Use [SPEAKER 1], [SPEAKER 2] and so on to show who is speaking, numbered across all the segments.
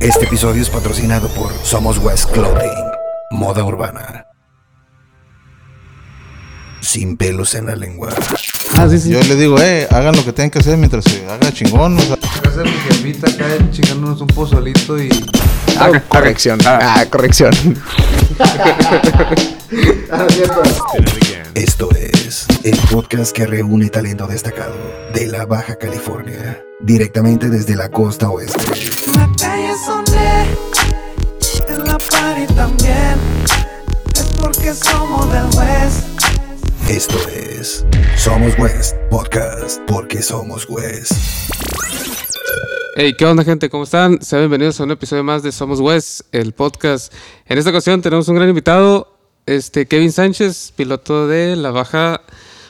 [SPEAKER 1] Este episodio es patrocinado por Somos West Clothing, moda urbana. Sin pelos en la lengua.
[SPEAKER 2] Ah, sí, sí.
[SPEAKER 3] Yo le digo, eh, hagan lo que tengan que hacer mientras se haga chingón. O sea,
[SPEAKER 4] Acá hacer mi jefita acá chingándonos un pozolito y
[SPEAKER 5] Ah, corrección. Ah, corrección.
[SPEAKER 1] Esto es el podcast que reúne talento destacado de la Baja California, directamente desde la costa oeste. Esto es Somos West Podcast, porque somos West.
[SPEAKER 2] Hey, ¿qué onda, gente? ¿Cómo están? Sean bienvenidos a un episodio más de Somos West, el podcast. En esta ocasión tenemos un gran invitado, este Kevin Sánchez, piloto de la baja.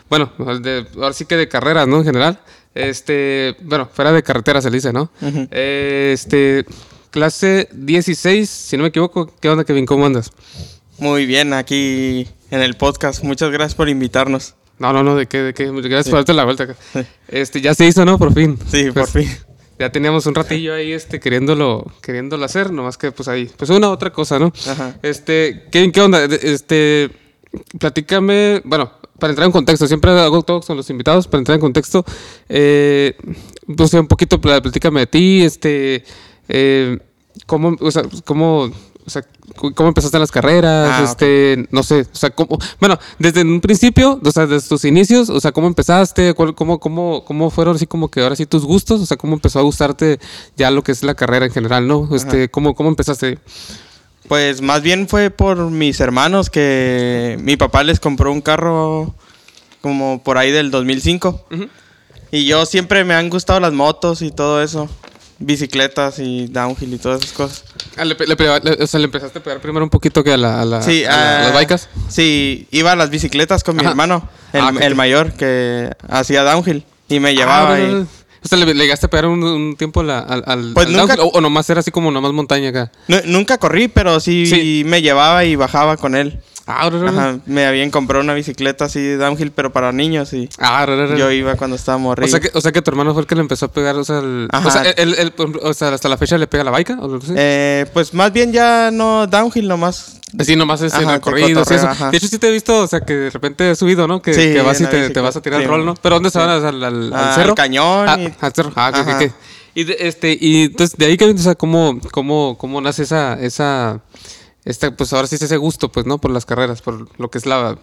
[SPEAKER 2] Bueno, de- ahora sí que de carreras, ¿no? En general. Este, bueno, fuera de carretera se le dice, ¿no? Eh, este, clase 16, si no me equivoco. ¿Qué onda, Kevin? ¿Cómo andas?
[SPEAKER 6] Muy bien, aquí en el podcast. Muchas gracias por invitarnos.
[SPEAKER 2] No, no, no, de qué, de qué. Gracias por darte la vuelta. acá. Este, ya se hizo, ¿no? Por fin.
[SPEAKER 6] Sí, por
[SPEAKER 2] Pues,
[SPEAKER 6] fin.
[SPEAKER 2] Ya teníamos un ratillo ahí, este, queriéndolo, queriéndolo hacer, nomás que pues ahí, pues una otra cosa, ¿no?
[SPEAKER 6] Ajá.
[SPEAKER 2] Este, Kevin, ¿qué onda? De- Este, platícame, bueno, para entrar en contexto, siempre hago talks con los invitados, para entrar en contexto, eh, pues un poquito, pla- platícame de ti, este, eh, cómo, o sea, pues, cómo, o sea, cu- cómo empezaste en las carreras,
[SPEAKER 6] Ah, ok.
[SPEAKER 2] este, no sé, o sea, cómo, bueno, desde un principio, o sea, desde tus inicios, o sea, cómo empezaste, cuál, cómo, cómo, cómo fueron así como que ahora sí tus gustos, o sea, cómo empezó a gustarte ya lo que es la carrera en general, ¿no? Este, cómo, cómo empezaste.
[SPEAKER 6] Pues más bien fue por mis hermanos que mi papá les compró un carro como por ahí del 2005. Y yo siempre me han gustado las motos y todo eso. Bicicletas y downhill y todas esas cosas.
[SPEAKER 2] Ah, le, pe- le pegaba- le- o sea, le empezaste a pegar primero un poquito que a, la, a, la-
[SPEAKER 6] sí,
[SPEAKER 2] a la-
[SPEAKER 6] ah,
[SPEAKER 2] a las bicas.
[SPEAKER 6] Sí, iba a las bicicletas con mi
[SPEAKER 2] Ajá.
[SPEAKER 6] hermano, el,
[SPEAKER 2] Ah, ok.
[SPEAKER 6] el mayor, que hacía downhill. Y me llevaba
[SPEAKER 2] Ah,
[SPEAKER 6] y-
[SPEAKER 2] O sea, le, le llegaste a pegar un, un tiempo la- al, al-
[SPEAKER 6] Pues
[SPEAKER 2] al
[SPEAKER 6] nunca-
[SPEAKER 2] downhill, o, o nomás era así como nomás montaña acá.
[SPEAKER 6] Nu- nunca corrí, pero sí,
[SPEAKER 2] Sí.
[SPEAKER 6] me llevaba y bajaba con él.
[SPEAKER 2] Ah, ahora, ahora.
[SPEAKER 6] Ajá, me habían comprado una bicicleta así de downhill, pero para niños y
[SPEAKER 2] Ah, ahora, ahora.
[SPEAKER 6] yo iba cuando estaba morrido.
[SPEAKER 2] O sea, que, o sea que tu hermano fue el que le empezó a pegar, o sea, el-
[SPEAKER 6] Ajá.
[SPEAKER 2] o sea, él- él- él, o sea, hasta la fecha le pega la bica o algo así.
[SPEAKER 6] Eh, pues más bien ya no downhill nomás.
[SPEAKER 2] Así nomás es
[SPEAKER 6] Ajá,
[SPEAKER 2] el
[SPEAKER 6] te
[SPEAKER 2] recorrido, sí,
[SPEAKER 6] cotorreo,
[SPEAKER 2] eso.
[SPEAKER 6] ajá.
[SPEAKER 2] De hecho, sí te he visto, o sea, que de repente he subido, ¿no? Que,
[SPEAKER 6] Sí,
[SPEAKER 2] que vas y
[SPEAKER 6] en la
[SPEAKER 2] te, te
[SPEAKER 6] bicicleta,
[SPEAKER 2] vas a tirar
[SPEAKER 6] sí.
[SPEAKER 2] el rol, ¿no? ¿Pero dónde se
[SPEAKER 6] Sí.
[SPEAKER 2] van? ¿Al, al, al
[SPEAKER 6] Al
[SPEAKER 2] cerro?
[SPEAKER 6] cañón
[SPEAKER 2] Ah,
[SPEAKER 6] y-
[SPEAKER 2] al cerro. Ah, ok, ok,
[SPEAKER 6] Ajá.
[SPEAKER 2] ok. Y, de- este, y entonces, de ahí que o sea, cómo, cómo, cómo nace esa, esa, esta, pues ahora sí es ese gusto, pues, ¿no? Por las carreras, por lo que es la...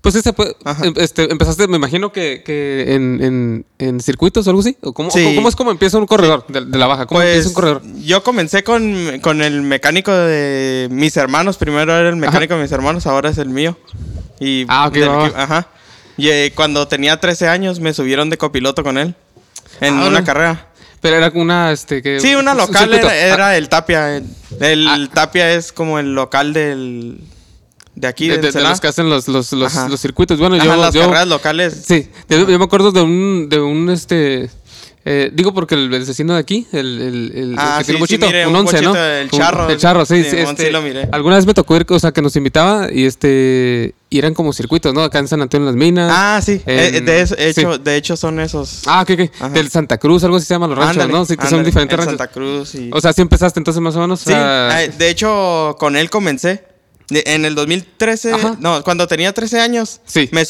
[SPEAKER 2] Pues ese, pues, em- este, empezaste, me imagino que, que en, en, en circuitos o algo así, o cómo,
[SPEAKER 6] Sí.
[SPEAKER 2] o cómo es como empieza un corredor de, de la baja, cómo empieza
[SPEAKER 6] Pues
[SPEAKER 2] un corredor.
[SPEAKER 6] yo comencé con, con el mecánico de mis hermanos. Primero era el mecánico de mis hermanos, ahora es el mío. Y
[SPEAKER 2] Ah, ok,
[SPEAKER 6] del
[SPEAKER 2] va, va.
[SPEAKER 6] equipo- Ajá. Y eh, cuando tenía 13 años me subieron de copiloto con él en
[SPEAKER 2] Ah,
[SPEAKER 6] una
[SPEAKER 2] órale.
[SPEAKER 6] carrera.
[SPEAKER 2] Pero era una, este, que...
[SPEAKER 6] Sí, una
[SPEAKER 2] un
[SPEAKER 6] local
[SPEAKER 2] circuito.
[SPEAKER 6] era,
[SPEAKER 2] Ah,
[SPEAKER 6] era el Tapia. El, el
[SPEAKER 2] Ah.
[SPEAKER 6] Tapia es como el local del de aquí,
[SPEAKER 2] de,
[SPEAKER 6] de,
[SPEAKER 2] de- de los que hacen los, los, los,
[SPEAKER 6] Ajá.
[SPEAKER 2] los circuitos. Bueno, yo,
[SPEAKER 6] las
[SPEAKER 2] yo-
[SPEAKER 6] carreras locales.
[SPEAKER 2] Sí, yo, yo me acuerdo de un, de un este. eh, digo porque el, el vecino de aquí, el, el, el- el
[SPEAKER 6] Ah,
[SPEAKER 2] que
[SPEAKER 6] sí,
[SPEAKER 2] tiene un
[SPEAKER 6] sí,
[SPEAKER 2] bochito,
[SPEAKER 6] mire,
[SPEAKER 2] un
[SPEAKER 6] un
[SPEAKER 2] 11, ¿no?
[SPEAKER 6] bochito, el
[SPEAKER 2] Un-
[SPEAKER 6] charro,
[SPEAKER 2] el charro, sí.
[SPEAKER 6] el-
[SPEAKER 2] sí,
[SPEAKER 6] Simón,
[SPEAKER 2] este,
[SPEAKER 6] sí lo miré.
[SPEAKER 2] Alguna vez me tocó ir, o sea, que nos invitaba y este. Y eran como circuitos, ¿no? Acá en San Antonio en las Minas.
[SPEAKER 6] Ah, sí.
[SPEAKER 2] en-
[SPEAKER 6] eh, de, eso- hecho,
[SPEAKER 2] sí.
[SPEAKER 6] de hecho, son esos.
[SPEAKER 2] Ah, ok, ok.
[SPEAKER 6] Ajá.
[SPEAKER 2] Del Santa Cruz, algo así se llaman los ranchos,
[SPEAKER 6] Ándale,
[SPEAKER 2] ¿no? Sí, que son
[SPEAKER 6] ándale,
[SPEAKER 2] diferentes
[SPEAKER 6] el
[SPEAKER 2] ranchos.
[SPEAKER 6] Santa Cruz y.
[SPEAKER 2] O sea, sí empezaste entonces más o menos.
[SPEAKER 6] sí,
[SPEAKER 2] a-
[SPEAKER 6] eh, de hecho, con él comencé. De- En el 2013,
[SPEAKER 2] Ajá.
[SPEAKER 6] no, cuando tenía 13 años,
[SPEAKER 2] Sí.
[SPEAKER 6] me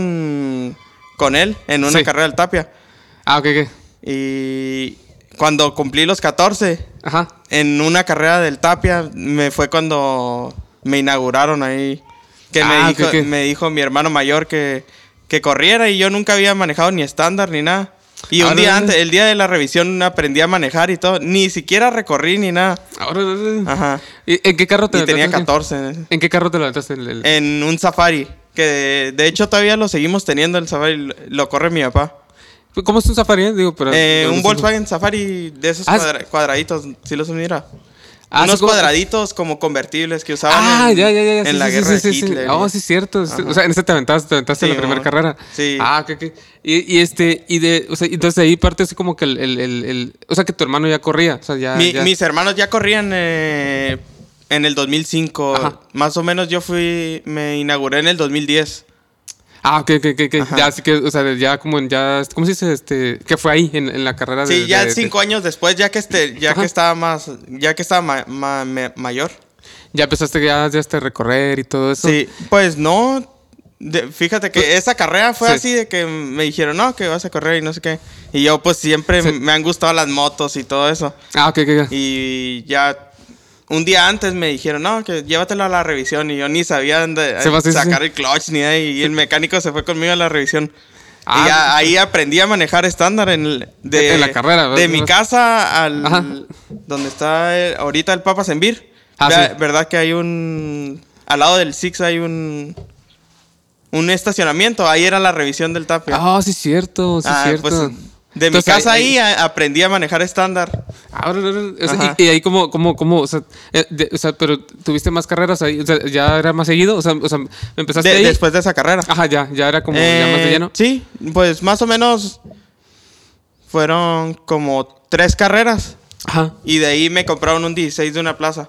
[SPEAKER 6] subieron con él en una
[SPEAKER 2] Sí.
[SPEAKER 6] carrera del Tapia.
[SPEAKER 2] Ah, ok, ok.
[SPEAKER 6] Y cuando cumplí los 14,
[SPEAKER 2] Ajá.
[SPEAKER 6] en una carrera del Tapia me fue cuando me inauguraron ahí. Que me,
[SPEAKER 2] Ah,
[SPEAKER 6] dijo,
[SPEAKER 2] ok, ok.
[SPEAKER 6] me dijo mi hermano mayor que, que corriera y yo nunca había manejado ni estándar ni nada. Y un
[SPEAKER 2] Ahora-
[SPEAKER 6] día antes, el día de la revisión aprendí a manejar y todo. Ni siquiera recorrí ni nada.
[SPEAKER 2] Ahora.
[SPEAKER 6] Ajá.
[SPEAKER 2] ¿Y- ¿En qué carro te
[SPEAKER 6] Y tenía Eh,
[SPEAKER 2] levantaste?
[SPEAKER 6] 14.
[SPEAKER 2] ¿En qué carro te levantaste? El- el-
[SPEAKER 6] En un safari. Que de hecho todavía lo seguimos teniendo el safari. Lo corre mi papá.
[SPEAKER 2] ¿Cómo es un safari? eh? Digo, pero.
[SPEAKER 6] Eh,
[SPEAKER 2] no
[SPEAKER 6] un
[SPEAKER 2] sé.
[SPEAKER 6] Volkswagen Safari de esos
[SPEAKER 2] Ah,
[SPEAKER 6] cuadra- cuadraditos. Si los mira.
[SPEAKER 2] Ah,
[SPEAKER 6] unos
[SPEAKER 2] sí, como-
[SPEAKER 6] cuadraditos como convertibles que usaban
[SPEAKER 2] Ah,
[SPEAKER 6] en,
[SPEAKER 2] ya, ya, ya.
[SPEAKER 6] en
[SPEAKER 2] sí,
[SPEAKER 6] la
[SPEAKER 2] sí,
[SPEAKER 6] guerra
[SPEAKER 2] sí,
[SPEAKER 6] de
[SPEAKER 2] sí, sí.
[SPEAKER 6] Hitler.
[SPEAKER 2] Oh, sí, cierto. sí.
[SPEAKER 6] Ajá.
[SPEAKER 2] O sea, en ese te aventaste, te aventaste
[SPEAKER 6] Sí,
[SPEAKER 2] la primera
[SPEAKER 6] mamá.
[SPEAKER 2] carrera.
[SPEAKER 6] Sí.
[SPEAKER 2] Ah, ok, ok. Y, y este, y de, o sea, entonces de ahí parte así como que el, el, el, el- o sea, que tu hermano ya corría. O sea, ya.
[SPEAKER 6] Mi-
[SPEAKER 2] ah, ya-
[SPEAKER 6] Mis hermanos ya corrían eh, en el 2005.
[SPEAKER 2] Ajá.
[SPEAKER 6] Más o menos yo fui, me inauguré en el 2010.
[SPEAKER 2] Ah, ok, ok, ok. ok. Ya, así que, o sea, ya como en, ya, ¿cómo se dice? Este, que fue ahí, en, en la carrera Ah, de.
[SPEAKER 6] Sí, ya
[SPEAKER 2] de- de-
[SPEAKER 6] cinco años después, ya que este, ya
[SPEAKER 2] Ajá.
[SPEAKER 6] que estaba más, ya que estaba ma- ma- me- mayor.
[SPEAKER 2] Ya empezaste ya, ya este recorrer y todo eso.
[SPEAKER 6] Sí, pues no. de- fíjate que esa carrera fue
[SPEAKER 2] Sí.
[SPEAKER 6] así de que me dijeron, no, que vas a correr y no sé qué. Y yo pues siempre
[SPEAKER 2] Sí.
[SPEAKER 6] me han gustado las motos y todo eso.
[SPEAKER 2] Ah, ok, ok, ok.
[SPEAKER 6] Y ya un día antes me dijeron, no, que llévatelo a la revisión. Y yo ni sabía dónde
[SPEAKER 2] Se va, sí, sí,
[SPEAKER 6] sacar
[SPEAKER 2] sí.
[SPEAKER 6] el clutch ni nada. Y el mecánico se fue conmigo a la revisión.
[SPEAKER 2] Ah.
[SPEAKER 6] y ya ahí aprendí a manejar estándar en, el- de,
[SPEAKER 2] En la carrera, ¿verdad?
[SPEAKER 6] De mi casa al.
[SPEAKER 2] Ajá.
[SPEAKER 6] donde está el- ahorita el Papa Sembir.
[SPEAKER 2] Ah,
[SPEAKER 6] Vea-
[SPEAKER 2] sí.
[SPEAKER 6] ¿Verdad que hay un. al lado del Six hay un. un estacionamiento? Ahí era la revisión del Tapia.
[SPEAKER 2] Ah, sí, es cierto, sí, es
[SPEAKER 6] Ah,
[SPEAKER 2] cierto.
[SPEAKER 6] pues, de mi
[SPEAKER 2] Entonces,
[SPEAKER 6] casa ahí, a- aprendí a manejar estándar.
[SPEAKER 2] Ah, no, no, no, o sea,
[SPEAKER 6] Ajá.
[SPEAKER 2] y, y ahí como, como, como, o sea, eh, de- o sea, pero tuviste más carreras ahí, o sea, ya era más seguido, o sea, o sea empezaste
[SPEAKER 6] De-
[SPEAKER 2] ahí.
[SPEAKER 6] después de esa carrera.
[SPEAKER 2] Ajá, ya, ya era como ya más de
[SPEAKER 6] Eh,
[SPEAKER 2] lleno.
[SPEAKER 6] Sí, pues más o menos fueron como tres carreras.
[SPEAKER 2] Ajá.
[SPEAKER 6] Y de ahí me compraron un 16 de una plaza.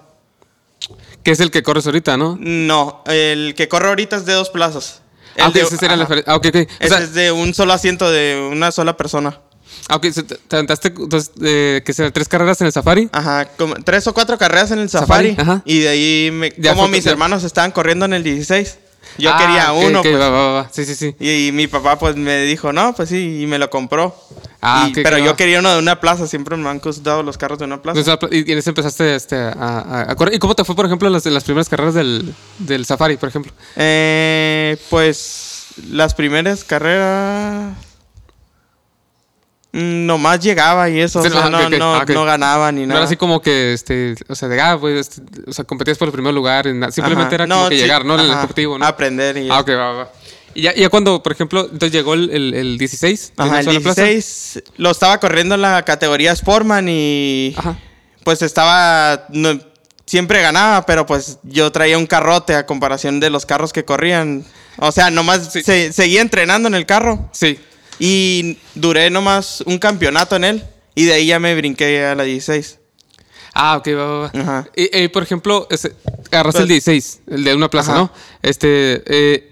[SPEAKER 2] Que es el que corres ahorita, ¿no?
[SPEAKER 6] No, el que corre ahorita es de dos plazas. El
[SPEAKER 2] Ah, ok,
[SPEAKER 6] de-
[SPEAKER 2] ese era la
[SPEAKER 6] ajá.
[SPEAKER 2] diferen- Ah, ok, ok. O
[SPEAKER 6] Ese
[SPEAKER 2] sea,
[SPEAKER 6] es de un solo asiento de una sola persona.
[SPEAKER 2] ah, ok, se- te te aventaste dos, eh, que serán tres carreras en el safari.
[SPEAKER 6] Ajá, como tres o cuatro carreras en el safari.
[SPEAKER 2] Safari, ajá.
[SPEAKER 6] Y de ahí, me-
[SPEAKER 2] Ya
[SPEAKER 6] como
[SPEAKER 2] fue-
[SPEAKER 6] mis
[SPEAKER 2] ya-
[SPEAKER 6] hermanos estaban corriendo en el 16, yo
[SPEAKER 2] Ah,
[SPEAKER 6] quería
[SPEAKER 2] ok,
[SPEAKER 6] uno.
[SPEAKER 2] ok,
[SPEAKER 6] pues.
[SPEAKER 2] va, va, va. Sí, sí, sí.
[SPEAKER 6] Y, mi papá pues me dijo, no, pues sí, y me lo compró.
[SPEAKER 2] Ah,
[SPEAKER 6] Y-
[SPEAKER 2] ok,
[SPEAKER 6] pero
[SPEAKER 2] ok,
[SPEAKER 6] yo
[SPEAKER 2] va.
[SPEAKER 6] quería uno de una plaza, siempre me han gustado los carros de una plaza.
[SPEAKER 2] O sea, y y en ese empezaste este, a, a- a correr. ¿Y cómo te fue, por ejemplo, en las, en las primeras carreras del, del safari, por ejemplo?
[SPEAKER 6] Eh, pues las primeras carreras... mm, Nomás llegaba y eso,
[SPEAKER 2] Sí,
[SPEAKER 6] o sea,
[SPEAKER 2] ah,
[SPEAKER 6] no,
[SPEAKER 2] ok, ok,
[SPEAKER 6] no-
[SPEAKER 2] ah, ok.
[SPEAKER 6] no ganaba ni
[SPEAKER 2] No
[SPEAKER 6] nada.
[SPEAKER 2] era así como que, este, o sea, de, ah, güey, este, o sea, competías por el primer lugar, y nada. simplemente
[SPEAKER 6] Ajá.
[SPEAKER 2] era como
[SPEAKER 6] No,
[SPEAKER 2] que
[SPEAKER 6] sí,
[SPEAKER 2] llegar, ¿no? En el
[SPEAKER 6] ajá.
[SPEAKER 2] objetivo, ¿no?
[SPEAKER 6] Aprender y
[SPEAKER 2] Ah,
[SPEAKER 6] eso.
[SPEAKER 2] ok, va, va. Y ya, ya cuando, por ejemplo, entonces llegó el, el, el 16. de
[SPEAKER 6] Ajá, el
[SPEAKER 2] Venezuela Plaza.
[SPEAKER 6] 16 lo estaba corriendo en la categoría Sportman y
[SPEAKER 2] Ajá.
[SPEAKER 6] pues estaba... no- siempre ganaba, pero pues yo traía un carrote a comparación de los carros que corrían. O sea, nomás
[SPEAKER 2] Sí.
[SPEAKER 6] se- seguía entrenando en el carro
[SPEAKER 2] Sí.
[SPEAKER 6] y duré nomás un campeonato en él y de ahí ya me brinqué a la 16.
[SPEAKER 2] Ah, ok, va, va, va.
[SPEAKER 6] Ajá.
[SPEAKER 2] Y, eh, por ejemplo, ese- agarraste el
[SPEAKER 6] Pues-
[SPEAKER 2] 16, el de una plaza,
[SPEAKER 6] Ajá.
[SPEAKER 2] ¿no? Este, eh,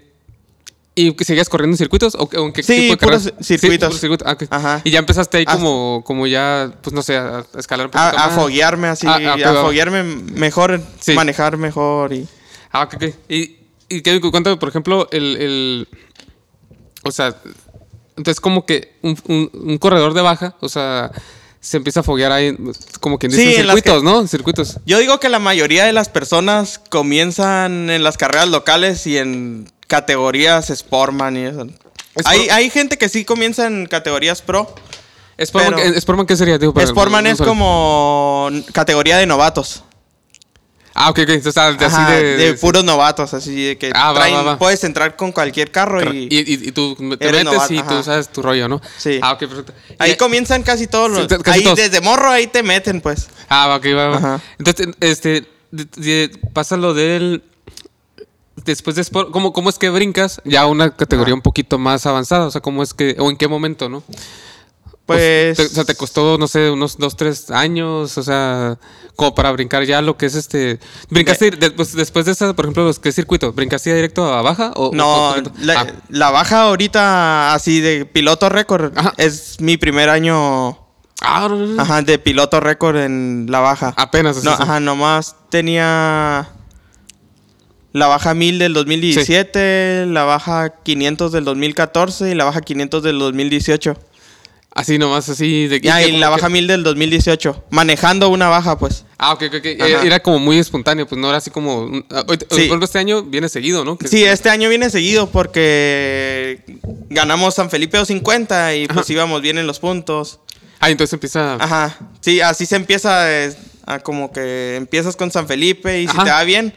[SPEAKER 2] ¿y que seguías corriendo en circuitos? ¿O, o en qué
[SPEAKER 6] Sí,
[SPEAKER 2] tipo de
[SPEAKER 6] puros
[SPEAKER 2] carreras?
[SPEAKER 6] circuitos.
[SPEAKER 2] puros circuitos. Ah, ok.
[SPEAKER 6] Ajá.
[SPEAKER 2] Y ya empezaste ahí
[SPEAKER 6] Ah.
[SPEAKER 2] como, como ya, pues no sé, a, a escalar un poquito
[SPEAKER 6] A, a
[SPEAKER 2] más.
[SPEAKER 6] foguearme así,
[SPEAKER 2] Ah, ah, ok,
[SPEAKER 6] a
[SPEAKER 2] va.
[SPEAKER 6] foguearme mejor,
[SPEAKER 2] Sí.
[SPEAKER 6] manejar mejor y...
[SPEAKER 2] Ah, ok, ok. Y, y Kevin, cu- cuéntame, por ejemplo, el, el- O sea, entonces como que un, un- un corredor de baja, o sea, se empieza a foguear ahí, como quien dice,
[SPEAKER 6] Sí,
[SPEAKER 2] en
[SPEAKER 6] en las
[SPEAKER 2] circuitos,
[SPEAKER 6] que-
[SPEAKER 2] ¿no? En circuitos.
[SPEAKER 6] Yo digo que la mayoría de las personas comienzan en las carreras locales y en categorías Sportman y eso.
[SPEAKER 2] Es
[SPEAKER 6] Hay,
[SPEAKER 2] pro-
[SPEAKER 6] hay gente que sí comienza en categorías pro.
[SPEAKER 2] ¿Sportman,
[SPEAKER 6] Pero-
[SPEAKER 2] ¿qué- Sportman, qué sería? Digo, para-
[SPEAKER 6] Sportman
[SPEAKER 2] no
[SPEAKER 6] es
[SPEAKER 2] saber.
[SPEAKER 6] como categoría de novatos.
[SPEAKER 2] Ah, ok, ok. Entonces, ah, de-
[SPEAKER 6] Ajá,
[SPEAKER 2] así de...
[SPEAKER 6] de,
[SPEAKER 2] de-
[SPEAKER 6] puros novatos, así de que
[SPEAKER 2] Ah, va,
[SPEAKER 6] traen-
[SPEAKER 2] va, va.
[SPEAKER 6] puedes entrar con cualquier carro
[SPEAKER 2] Corre-
[SPEAKER 6] y,
[SPEAKER 2] Y, y- y tú te
[SPEAKER 6] Eres
[SPEAKER 2] metes
[SPEAKER 6] novato,
[SPEAKER 2] y tú
[SPEAKER 6] ajá.
[SPEAKER 2] sabes tu rollo, ¿no?
[SPEAKER 6] Sí.
[SPEAKER 2] Ah, ok, perfecto. Y-
[SPEAKER 6] ahí comienzan casi todos los.
[SPEAKER 2] Sí, casi
[SPEAKER 6] ahí
[SPEAKER 2] todos.
[SPEAKER 6] desde morro ahí te meten, pues.
[SPEAKER 2] Ah, ok, va, va.
[SPEAKER 6] Ajá.
[SPEAKER 2] Entonces, este, de- de- pasa lo del... Después de Sport, ¿cómo, ¿cómo es que brincas ya a una categoría un poquito más avanzada? O sea, ¿cómo es que, o en qué momento, no?
[SPEAKER 6] Pues.
[SPEAKER 2] Te- o sea, te costó, no sé, unos dos, tres años, o sea, como para brincar ya lo que es este... ¿Brincaste de- pues, después de esa, por ejemplo, los, qué circuito? ¿Brincaste ya directo a baja? O,
[SPEAKER 6] No,
[SPEAKER 2] o- o-
[SPEAKER 6] la,
[SPEAKER 2] Ah,
[SPEAKER 6] la baja ahorita así de piloto récord
[SPEAKER 2] Ajá.
[SPEAKER 6] es mi primer año
[SPEAKER 2] Ah, no, no, no.
[SPEAKER 6] Ajá, de piloto récord en la baja.
[SPEAKER 2] Apenas, o sea,
[SPEAKER 6] No,
[SPEAKER 2] sí.
[SPEAKER 6] ajá, nomás tenía la baja 1000 del 2017, la baja 500 del 2014 y la baja 500 del 2018.
[SPEAKER 2] Así nomás, así... De,
[SPEAKER 6] Ya,
[SPEAKER 2] que
[SPEAKER 6] y
[SPEAKER 2] como
[SPEAKER 6] la
[SPEAKER 2] que-
[SPEAKER 6] baja 1000 del 2018. Manejando una baja, pues.
[SPEAKER 2] Ah, ok, ok, ok. Eh,
[SPEAKER 6] Ajá.
[SPEAKER 2] Era como muy espontáneo, pues no era así como. un- ah, ahorita- Por
[SPEAKER 6] Sí.
[SPEAKER 2] ejemplo, este año viene seguido, ¿no? Que-
[SPEAKER 6] Sí, este año viene seguido porque ganamos San Felipe 50 y pues
[SPEAKER 2] Ajá.
[SPEAKER 6] íbamos bien en los puntos.
[SPEAKER 2] Ah, entonces empieza.
[SPEAKER 6] Ajá. Sí, así se empieza eh, a como que empiezas con San Felipe y
[SPEAKER 2] Ajá.
[SPEAKER 6] si te va bien,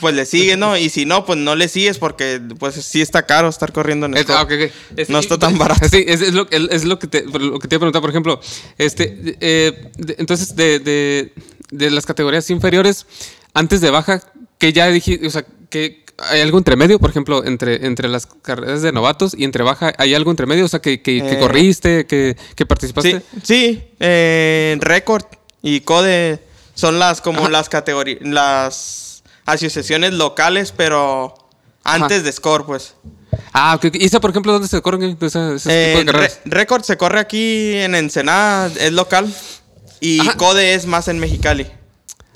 [SPEAKER 6] pues le sigues, ¿no? Y si no, pues no le sigues porque pues sí está caro estar corriendo en
[SPEAKER 2] Eh,
[SPEAKER 6] esto.
[SPEAKER 2] ah, ok, ok. Este,
[SPEAKER 6] No
[SPEAKER 2] y-
[SPEAKER 6] está tan barato.
[SPEAKER 2] Sí, es, es lo, es- es lo que te, por lo que te iba a preguntar, por ejemplo. Este, eh, de- entonces, de, de- de las categorías inferiores, antes de baja, que ya dije, o sea, que hay algo entre medio, por ejemplo, entre, entre las carreras de novatos y entre baja, ¿hay algo entre medio? O sea, que, que, que
[SPEAKER 6] Eh.
[SPEAKER 2] corriste, que, que participaste.
[SPEAKER 6] Sí, sí eh, récord y code son las como
[SPEAKER 2] Ajá.
[SPEAKER 6] las categorías, las asociaciones locales, pero antes
[SPEAKER 2] Ajá.
[SPEAKER 6] de score, pues.
[SPEAKER 2] Ah, ok. ok. ¿Y esa, por ejemplo, dónde se corren? güey? De esa- ese tipo
[SPEAKER 6] Eh,
[SPEAKER 2] de carreras.
[SPEAKER 6] Re- Record se corre aquí en Ensenada, es local. Y
[SPEAKER 2] Ajá.
[SPEAKER 6] Code es más en Mexicali.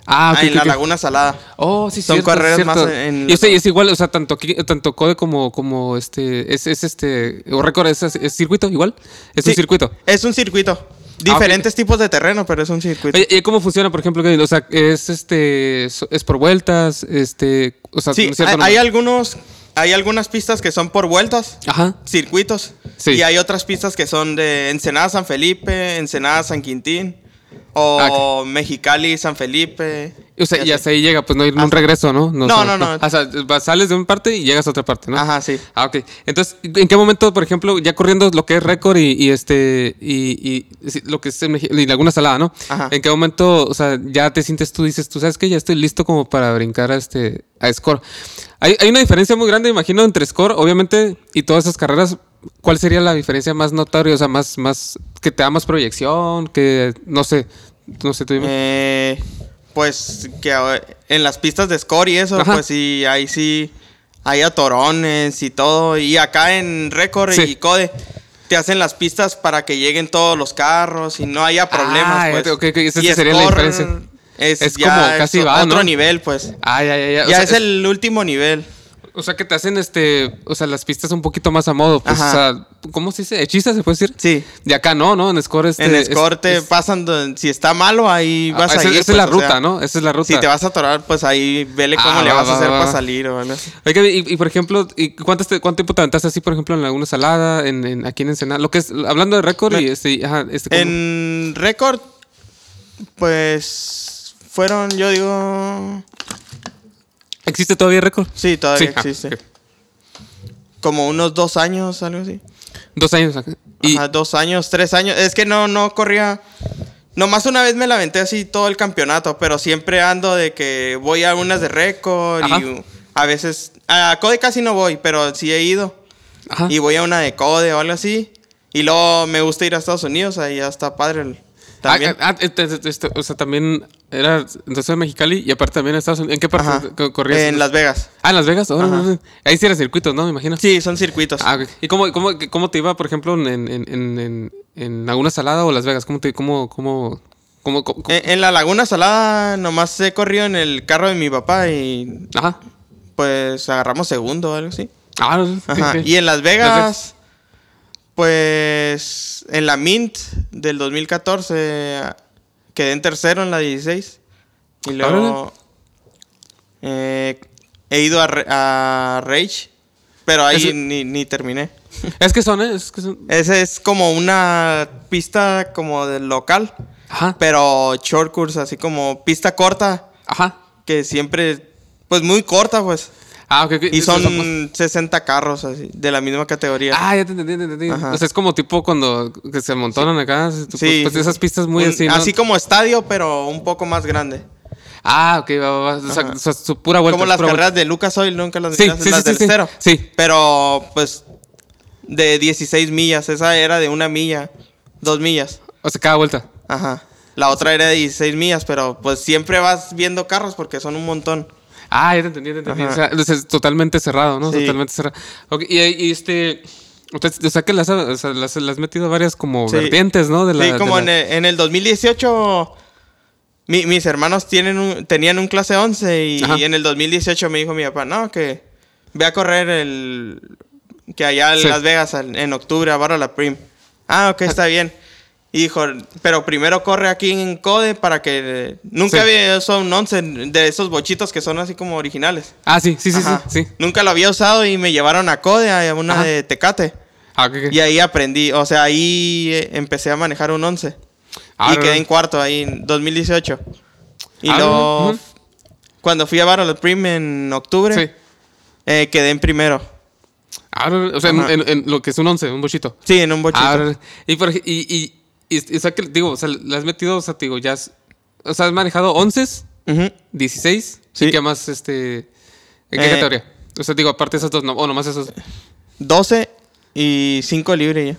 [SPEAKER 2] ah,
[SPEAKER 6] Ah,
[SPEAKER 2] ok,
[SPEAKER 6] en
[SPEAKER 2] ok,
[SPEAKER 6] la
[SPEAKER 2] ok.
[SPEAKER 6] Laguna Salada.
[SPEAKER 2] Oh, sí,
[SPEAKER 6] Son
[SPEAKER 2] cierto,
[SPEAKER 6] carreras
[SPEAKER 2] cierto.
[SPEAKER 6] más en-
[SPEAKER 2] Y, este- y es igual, o sea, tanto, qui- tanto Code como, como este. Es, es este. O récord es, es circuito, igual. Es un
[SPEAKER 6] Sí,
[SPEAKER 2] circuito. Ah,
[SPEAKER 6] Es un circuito. Diferentes tipos de terreno, pero es un circuito.
[SPEAKER 2] Oye, ¿y cómo funciona, por ejemplo? que- O sea, es este. so- Es por vueltas, este. O sea,
[SPEAKER 6] sí,
[SPEAKER 2] no es cierto,
[SPEAKER 6] hay,
[SPEAKER 2] no-
[SPEAKER 6] hay algunos, hay algunas pistas que son por vueltas,
[SPEAKER 2] Ajá.
[SPEAKER 6] circuitos.
[SPEAKER 2] Sí.
[SPEAKER 6] Y hay otras pistas que son de Ensenada San Felipe, Ensenada San Quintín, o
[SPEAKER 2] Ah,
[SPEAKER 6] Mexicali San Felipe.
[SPEAKER 2] O sea, y
[SPEAKER 6] y así.
[SPEAKER 2] hasta ahí llega, pues no hay un regreso, ¿no?
[SPEAKER 6] No,
[SPEAKER 2] o sea,
[SPEAKER 6] no, no.
[SPEAKER 2] O sea, vas- sales de una parte y llegas a otra parte, ¿no?
[SPEAKER 6] Ajá, sí.
[SPEAKER 2] Ah, ok. Entonces, ¿en qué momento, por ejemplo, ya corriendo lo que es récord y, y este y, y sí, lo que es en Meji- y Laguna Salada, ¿no?
[SPEAKER 6] Ajá.
[SPEAKER 2] ¿En qué momento, o sea, ya te sientes tú, dices, tú sabes que ya estoy listo como para brincar a este a score? Hay, hay una diferencia muy grande, imagino, entre score, obviamente, y todas esas carreras. ¿Cuál sería la diferencia más notoria, o sea, más, más que te da más proyección, que no sé, no sé, tú dime.
[SPEAKER 6] Eh, pues que ahora- en las pistas de score y eso,
[SPEAKER 2] Ajá.
[SPEAKER 6] pues sí, ahí sí hay atorones y todo. Y acá en Récord
[SPEAKER 2] Sí.
[SPEAKER 6] y Code te hacen las pistas para que lleguen todos los carros y no haya problemas.
[SPEAKER 2] Ah,
[SPEAKER 6] pues.
[SPEAKER 2] ya, ok, ok, esa
[SPEAKER 6] Y
[SPEAKER 2] sería la
[SPEAKER 6] Score
[SPEAKER 2] diferencia.
[SPEAKER 6] Es,
[SPEAKER 2] Es
[SPEAKER 6] ya
[SPEAKER 2] como casi
[SPEAKER 6] es
[SPEAKER 2] va,
[SPEAKER 6] otro
[SPEAKER 2] ¿no?
[SPEAKER 6] nivel, pues.
[SPEAKER 2] Ah, ya, ya, ya. O
[SPEAKER 6] ya
[SPEAKER 2] sea,
[SPEAKER 6] es, el último nivel.
[SPEAKER 2] O sea, que te hacen este. O sea, las pistas un poquito más a modo. Pues,
[SPEAKER 6] Ajá.
[SPEAKER 2] o sea, ¿cómo se dice? ¿Hechizas se puede decir?
[SPEAKER 6] Sí.
[SPEAKER 2] De acá no, ¿no? En Score este.
[SPEAKER 6] en
[SPEAKER 2] es-
[SPEAKER 6] Score te
[SPEAKER 2] es-
[SPEAKER 6] pasan, don- si está malo, ahí
[SPEAKER 2] Ah,
[SPEAKER 6] vas
[SPEAKER 2] esa,
[SPEAKER 6] a ir.
[SPEAKER 2] esa
[SPEAKER 6] pues,
[SPEAKER 2] es la
[SPEAKER 6] o
[SPEAKER 2] ruta,
[SPEAKER 6] sea,
[SPEAKER 2] ¿no? Esa es la ruta.
[SPEAKER 6] Si te vas a atorar, pues ahí vele cómo
[SPEAKER 2] Ah,
[SPEAKER 6] le
[SPEAKER 2] va,
[SPEAKER 6] vas
[SPEAKER 2] va,
[SPEAKER 6] a hacer
[SPEAKER 2] va, va.
[SPEAKER 6] para salir o algo así.
[SPEAKER 2] Oiga, y, y por ejemplo, ¿y cuánto, te- ¿cuánto tiempo te aventaste así, por ejemplo, en Laguna Salada, en, en- aquí en Ensenada? Lo que es, hablando de récord y
[SPEAKER 6] Me-
[SPEAKER 2] este, ajá, este ¿cómo?
[SPEAKER 6] En récord, pues fueron, yo digo,
[SPEAKER 2] ¿Existe todavía récord?
[SPEAKER 6] sí, todavía
[SPEAKER 2] ah,
[SPEAKER 6] existe.
[SPEAKER 2] ok.
[SPEAKER 6] Como unos dos años, algo así.
[SPEAKER 2] Dos años acá. Y,
[SPEAKER 6] Ajá, dos años, tres años. Es que no, no corría. Nomás una vez me la aventé así todo el campeonato, pero siempre ando de que voy a unas de récord
[SPEAKER 2] Ajá.
[SPEAKER 6] y a veces. A Code casi no voy, pero sí he ido.
[SPEAKER 2] ajá.
[SPEAKER 6] Y voy a una de Code o algo así. Y luego me gusta ir a Estados Unidos, ahí ya está padre. el- También.
[SPEAKER 2] Ah, ah, ah, este- este- este, o sea, también era entonces de Mexicali y aparte también en Estados Unidos. ¿En qué parte
[SPEAKER 6] Ajá.
[SPEAKER 2] co- corrías?
[SPEAKER 6] En Las Vegas.
[SPEAKER 2] Ah, en Las Vegas. Ahora,
[SPEAKER 6] Ajá.
[SPEAKER 2] ahí sí era circuitos, ¿no? Me imagino.
[SPEAKER 6] Sí, son circuitos.
[SPEAKER 2] Ah, ok. ¿Y cómo, cómo, cómo te iba, por ejemplo, en, en, en, en, en, en Laguna Salada o Las Vegas? ¿Cómo te, cómo, cómo, cómo, cómo-
[SPEAKER 6] Eh, En, en la Laguna Salada nomás he corrido en el carro de mi papá y
[SPEAKER 2] Ajá.
[SPEAKER 6] pues agarramos segundo o algo así.
[SPEAKER 2] Ah, no, sí,
[SPEAKER 6] Ajá.
[SPEAKER 2] sí.
[SPEAKER 6] Y en Las
[SPEAKER 2] Vegas.
[SPEAKER 6] Vegas, pues en la Mint del 2014 quedé en tercero en la 16. Y luego eh, he ido a, Re- a Rage, pero ahí
[SPEAKER 2] Ese-
[SPEAKER 6] ni, ni terminé.
[SPEAKER 2] Es que son, ¿eh? Es que son.
[SPEAKER 6] Esa es como una pista como del local,
[SPEAKER 2] Ajá.
[SPEAKER 6] pero short course, así como pista corta.
[SPEAKER 2] Ajá.
[SPEAKER 6] que siempre, pues muy corta, pues.
[SPEAKER 2] Ah, ok. ok.
[SPEAKER 6] Y
[SPEAKER 2] O sea, pues-
[SPEAKER 6] son 60 carros así, de la misma categoría.
[SPEAKER 2] Ah, ya te entendí, te entendí.
[SPEAKER 6] Ajá.
[SPEAKER 2] O sea, es como tipo cuando que se amontonan acá. Pues,
[SPEAKER 6] Sí,
[SPEAKER 2] pues,
[SPEAKER 6] sí,
[SPEAKER 2] esas
[SPEAKER 6] sí.
[SPEAKER 2] pistas muy
[SPEAKER 6] Un-
[SPEAKER 2] así, ¿no?
[SPEAKER 6] Así como estadio, pero un poco más grande.
[SPEAKER 2] Ah, ok, va, va, va. O sea,
[SPEAKER 6] Ajá.
[SPEAKER 2] o sea, su pura vuelta.
[SPEAKER 6] como
[SPEAKER 2] su
[SPEAKER 6] las
[SPEAKER 2] pura vuelta.
[SPEAKER 6] carreras de Lucas Oil, nunca las
[SPEAKER 2] Sí,
[SPEAKER 6] miras,
[SPEAKER 2] sí,
[SPEAKER 6] las
[SPEAKER 2] sí,
[SPEAKER 6] del
[SPEAKER 2] sí, sí.
[SPEAKER 6] cero.
[SPEAKER 2] Sí.
[SPEAKER 6] Pero, pues, de 16 millas, esa era de una milla, dos millas.
[SPEAKER 2] O sea, cada vuelta.
[SPEAKER 6] Ajá. La otra era de 16 millas, pero pues siempre vas viendo carros porque son un montón.
[SPEAKER 2] Ah, ya te entendí, ya te entendí.
[SPEAKER 6] Ajá.
[SPEAKER 2] O sea, entonces, es totalmente cerrado, ¿no?
[SPEAKER 6] Sí.
[SPEAKER 2] Totalmente cerrado. Ok, y, y este. Entonces, o sea, que las, ha- o sea, las, las has metido varias como
[SPEAKER 6] Sí.
[SPEAKER 2] vertientes, ¿no? De la,
[SPEAKER 6] sí, como
[SPEAKER 2] de
[SPEAKER 6] en,
[SPEAKER 2] la-
[SPEAKER 6] el, en el 2018 mi- mis hermanos tienen un- tenían un clase 11 y,
[SPEAKER 2] Ajá.
[SPEAKER 6] en el 2018 me dijo mi papá, no, que ve a correr el... que allá en
[SPEAKER 2] Sí.
[SPEAKER 6] Las Vegas al- en octubre a Barra la Prim. Ah, ok, está bien. Y dijo, pero primero corre aquí en Code para que...
[SPEAKER 2] Sí.
[SPEAKER 6] Nunca había usado un 11 de esos bochitos que son así como originales.
[SPEAKER 2] Ah, sí, sí, sí,
[SPEAKER 6] Ajá.
[SPEAKER 2] sí. sí.
[SPEAKER 6] Nunca lo había usado y me llevaron a Code, a una
[SPEAKER 2] Ajá.
[SPEAKER 6] de Tecate.
[SPEAKER 2] Ah, ok, ok.
[SPEAKER 6] Y ahí aprendí, o sea, ahí eh, empecé a manejar un 11.
[SPEAKER 2] Ah,
[SPEAKER 6] y quedé
[SPEAKER 2] no.
[SPEAKER 6] en cuarto ahí en 2018. Y
[SPEAKER 2] Ah,
[SPEAKER 6] luego,
[SPEAKER 2] ujú.
[SPEAKER 6] cuando fui a Battle Prim en octubre,
[SPEAKER 2] Sí.
[SPEAKER 6] eh, quedé en primero.
[SPEAKER 2] Ah, no, no, o sea, en,
[SPEAKER 6] Ajá.
[SPEAKER 2] en- en lo que es un once, un bochito.
[SPEAKER 6] Sí, en un bochito.
[SPEAKER 2] Ah, no, no. y, por, ej- y, y, y- o sea, que, digo, o sea, las has metido, o sea, te digo, ya. has- o sea, has manejado 11,
[SPEAKER 6] Ujú.
[SPEAKER 2] 16.
[SPEAKER 6] Sí.
[SPEAKER 2] ¿Y qué más, este. ¿En qué
[SPEAKER 6] Eh,
[SPEAKER 2] categoría? O sea, digo, aparte de esas dos, no, o nomás esos.
[SPEAKER 6] 12 y 5 libre ya.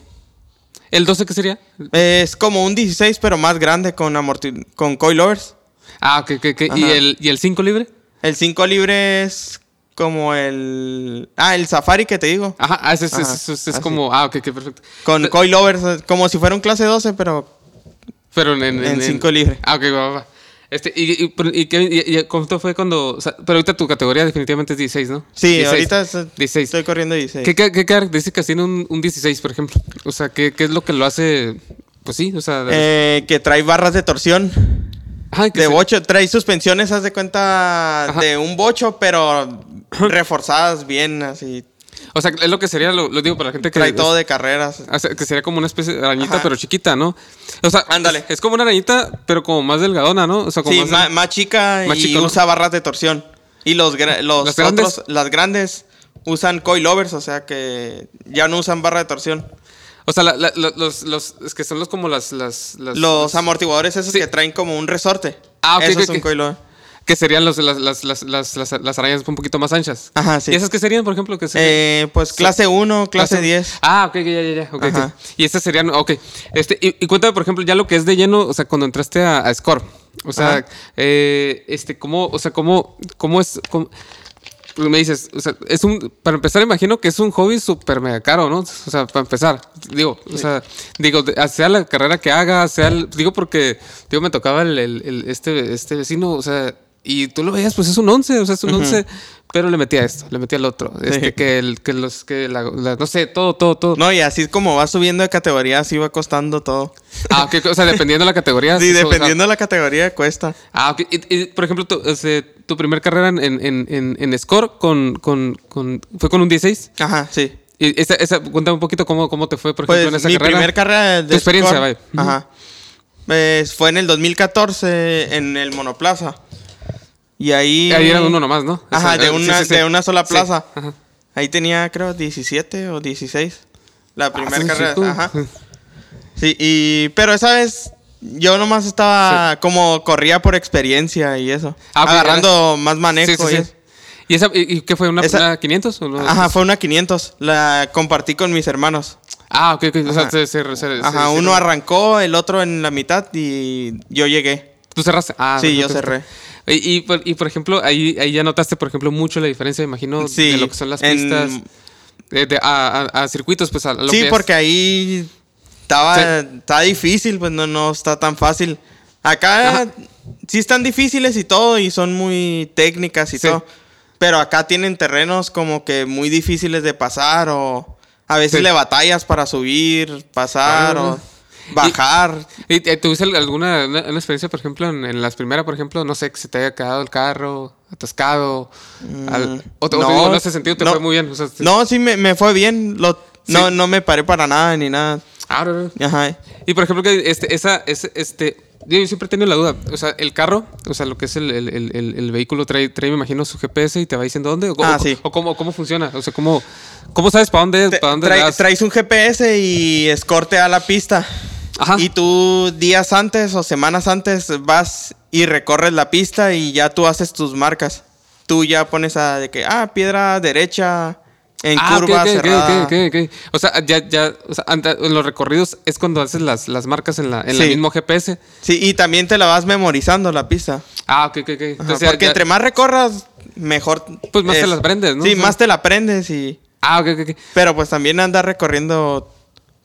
[SPEAKER 2] ¿El 12 qué sería?
[SPEAKER 6] Es como un 16, pero más grande con, amorti- con coilovers.
[SPEAKER 2] Ah, ok, ok, ok. ¿Y
[SPEAKER 6] Ajá.
[SPEAKER 2] el, ¿Y el 5 libre?
[SPEAKER 6] El 5 libre es como el... Ah, el Safari que te digo.
[SPEAKER 2] Ajá, ah, ese, ese-
[SPEAKER 6] Ajá,
[SPEAKER 2] ese- ese es
[SPEAKER 6] así.
[SPEAKER 2] como. Ah, ok, ok, perfecto.
[SPEAKER 6] Con
[SPEAKER 2] Pe-
[SPEAKER 6] coilovers, como si fuera un clase 12, pero
[SPEAKER 2] Pero en, en,
[SPEAKER 6] en cinco libre.
[SPEAKER 2] Ah, ok, va, va, va. Este, y, y, pero- y, Kevin, y- y ¿cuánto fue cuando.? o sea, pero ahorita tu categoría definitivamente es 16, ¿no?
[SPEAKER 6] sí,
[SPEAKER 2] 16.
[SPEAKER 6] ahorita es-
[SPEAKER 2] 16.
[SPEAKER 6] estoy corriendo 16.
[SPEAKER 2] ¿Qué, ca- qué características tiene un, un 16, por ejemplo? O sea, ¿qué, qué es lo que lo hace? Pues sí, o sea. de-
[SPEAKER 6] Eh, que trae barras de torsión.
[SPEAKER 2] Ajá, que
[SPEAKER 6] De
[SPEAKER 2] se-
[SPEAKER 6] bocho, trae suspensiones, haz de cuenta,
[SPEAKER 2] Ajá.
[SPEAKER 6] de un bocho, pero reforzadas bien, así.
[SPEAKER 2] O sea, es lo que sería, lo, lo digo para la gente que.
[SPEAKER 6] Trae todo de carreras.
[SPEAKER 2] O sea, que sería como una especie de arañita,
[SPEAKER 6] Ajá.
[SPEAKER 2] pero chiquita, ¿no? O sea,
[SPEAKER 6] Ándale.
[SPEAKER 2] Es, es como una arañita, pero como más delgadona, ¿no? O sea, como
[SPEAKER 6] Sí,
[SPEAKER 2] más,
[SPEAKER 6] ma- más, chica
[SPEAKER 2] más
[SPEAKER 6] y
[SPEAKER 2] chico, ¿no?
[SPEAKER 6] usa barras de torsión. Y los, gra- los
[SPEAKER 2] ¿Las grandes?
[SPEAKER 6] otros, las grandes, usan coilovers, o sea que ya no usan barra de torsión.
[SPEAKER 2] O sea, la- la- la- los, los- es que son los como las. las, las-
[SPEAKER 6] Los amortiguadores esos
[SPEAKER 2] Pues, Sí.
[SPEAKER 6] que traen como un resorte.
[SPEAKER 2] Ah, ok,
[SPEAKER 6] Eso
[SPEAKER 2] ok,
[SPEAKER 6] es un
[SPEAKER 2] ok.
[SPEAKER 6] coilover.
[SPEAKER 2] Que serían los, las, las, las, las, las, las arañas un poquito más anchas.
[SPEAKER 6] Ajá, sí.
[SPEAKER 2] ¿Y esas que serían, por ejemplo? Que serían?
[SPEAKER 6] Eh, pues clase 1, clase 10.
[SPEAKER 2] Ah, ok, ya, ya, ya. ok,
[SPEAKER 6] Ajá.
[SPEAKER 2] ok. Y estas serían, ok. Este, y, y cuéntame, por ejemplo, ya lo que es de lleno, o sea, cuando entraste a, a Score. O sea,
[SPEAKER 6] Ajá.
[SPEAKER 2] eh, este, ¿cómo, o sea, cómo, cómo es? cómo- pues me dices, o sea, es un, para empezar, imagino que es un hobby súper mega caro, ¿no? O sea, para empezar, digo, o sea, digo, de- ah, sea la carrera que haga, sea, el- digo, porque, digo, me tocaba el, el- el- este, este vecino, o sea, y tú lo veías, pues es un 11, o sea, es un 11, pero le metía esto, le metía el otro, este, que, el, que los, que la, la- no sé, todo, todo, todo.
[SPEAKER 6] No, y así como va subiendo de categoría, así va costando todo.
[SPEAKER 2] Ah, ok, o sea, dependiendo de la categoría.
[SPEAKER 6] Sí,
[SPEAKER 2] eso, o sea,
[SPEAKER 6] dependiendo de la categoría cuesta.
[SPEAKER 2] Ah, ok. Y, y, por ejemplo, tu, o sea, tu primer carrera en, en, en- en, en Score con, con, con, fue con un 16.
[SPEAKER 6] Ajá, sí.
[SPEAKER 2] Y esa, esa, cuéntame un poquito cómo, cómo te fue, por
[SPEAKER 6] Pues
[SPEAKER 2] ejemplo, en esa
[SPEAKER 6] mi
[SPEAKER 2] carrera.
[SPEAKER 6] primer carrera de
[SPEAKER 2] Tu experiencia,
[SPEAKER 6] Score,
[SPEAKER 2] vaya. Ujú.
[SPEAKER 6] Ajá. Pues, fue en el 2014 en el Monoplaza. Y ahí.
[SPEAKER 2] Ahí era uno nomás, ¿no? O
[SPEAKER 6] Ajá,
[SPEAKER 2] sea,
[SPEAKER 6] de
[SPEAKER 2] eh, sí,
[SPEAKER 6] una,
[SPEAKER 2] sí, sí.
[SPEAKER 6] de una sola
[SPEAKER 2] Sí.
[SPEAKER 6] plaza.
[SPEAKER 2] Ajá.
[SPEAKER 6] Ahí tenía, creo, 17 o 16. La primera
[SPEAKER 2] Ah, sí,
[SPEAKER 6] carrera.
[SPEAKER 2] sí, tú.
[SPEAKER 6] Ajá. Sí, y. Pero esa vez. Yo nomás estaba como corría por experiencia y eso.
[SPEAKER 2] Ah, ok,
[SPEAKER 6] agarrando más manejo.
[SPEAKER 2] Sí, sí,
[SPEAKER 6] y
[SPEAKER 2] sí.
[SPEAKER 6] eso.
[SPEAKER 2] ¿Y, esa, y, y qué fue? ¿Una,
[SPEAKER 6] Esa-
[SPEAKER 2] una 500? O no?
[SPEAKER 6] Ajá, fue una 500. La compartí con mis hermanos.
[SPEAKER 2] Ah, ok, ok. O sea,
[SPEAKER 6] Ajá.
[SPEAKER 2] se, se, se-
[SPEAKER 6] Ajá,
[SPEAKER 2] se-
[SPEAKER 6] uno
[SPEAKER 2] se-
[SPEAKER 6] arrancó, el otro en la mitad y yo llegué.
[SPEAKER 2] ¿Tú cerraste? Ah,
[SPEAKER 6] Sí,
[SPEAKER 2] ok,
[SPEAKER 6] yo
[SPEAKER 2] ok.
[SPEAKER 6] cerré.
[SPEAKER 2] Y, y, por, y, por ejemplo, ahí, ahí ya notaste, por ejemplo, mucho la diferencia, imagino,
[SPEAKER 6] Sí,
[SPEAKER 2] de lo que son las
[SPEAKER 6] en-
[SPEAKER 2] pistas. De, de- a, a- a circuitos, pues a lo
[SPEAKER 6] sí,
[SPEAKER 2] que es.
[SPEAKER 6] porque ahí estaba,
[SPEAKER 2] Sí.
[SPEAKER 6] está difícil, pues no, no está tan fácil. Acá
[SPEAKER 2] Ajá.
[SPEAKER 6] sí están difíciles y todo, y son muy técnicas y
[SPEAKER 2] Sí.
[SPEAKER 6] todo. Pero acá tienen terrenos como que muy difíciles de pasar o a veces
[SPEAKER 2] Sí.
[SPEAKER 6] le batallas para subir, pasar
[SPEAKER 2] Ah.
[SPEAKER 6] o bajar.
[SPEAKER 2] ¿Y te- ¿Tuviste al- alguna una, una experiencia, por ejemplo, en, en las primeras, por ejemplo, no sé, que se te haya quedado el carro atascado? al- o te- o te digo, en ese sentido te
[SPEAKER 6] Mm, no.
[SPEAKER 2] fue muy bien. o sea, te-
[SPEAKER 6] No, sí me, me fue bien. Lo,
[SPEAKER 2] Sí.
[SPEAKER 6] No, no me paré para nada ni nada.
[SPEAKER 2] Ah, no, no.
[SPEAKER 6] Ajá.
[SPEAKER 2] Y por ejemplo, que este, esa, ese- este, yo siempre he tenido la duda. O sea, el carro, o sea, lo que es el, el- el- el- el vehículo trae, trae, me imagino, su GPS y te va diciendo dónde. O,
[SPEAKER 6] Ah,
[SPEAKER 2] o-
[SPEAKER 6] sí.
[SPEAKER 2] o cómo, cómo funciona. O sea, cómo, cómo sabes para dónde,
[SPEAKER 6] Te-
[SPEAKER 2] para dónde
[SPEAKER 6] trae-
[SPEAKER 2] le das?
[SPEAKER 6] traes un GPS y escorte a la pista.
[SPEAKER 2] Ajá.
[SPEAKER 6] Y tú días antes o semanas antes vas y recorres la pista y ya tú haces tus marcas. Tú ya pones a de que, ah, piedra derecha, en
[SPEAKER 2] Ah, ok,
[SPEAKER 6] curva
[SPEAKER 2] ok, ok,
[SPEAKER 6] cerrada.
[SPEAKER 2] ok, ok, ok. O sea, ya, ya, o sea, anta- en los recorridos es cuando haces las, las marcas en la, en la
[SPEAKER 6] Sí.
[SPEAKER 2] mismo GPS.
[SPEAKER 6] Sí, y también te la vas memorizando la pista.
[SPEAKER 2] Ah, ok, ok, ok.
[SPEAKER 6] Ajá,
[SPEAKER 2] Entonces, ya-
[SPEAKER 6] porque
[SPEAKER 2] ya-
[SPEAKER 6] entre más recorras, mejor.
[SPEAKER 2] Pues más te las aprendes, ¿no?
[SPEAKER 6] Sí,
[SPEAKER 2] O sea-
[SPEAKER 6] más te la aprendes y.
[SPEAKER 2] Ah, ok, ok, ok.
[SPEAKER 6] Pero pues también andar recorriendo,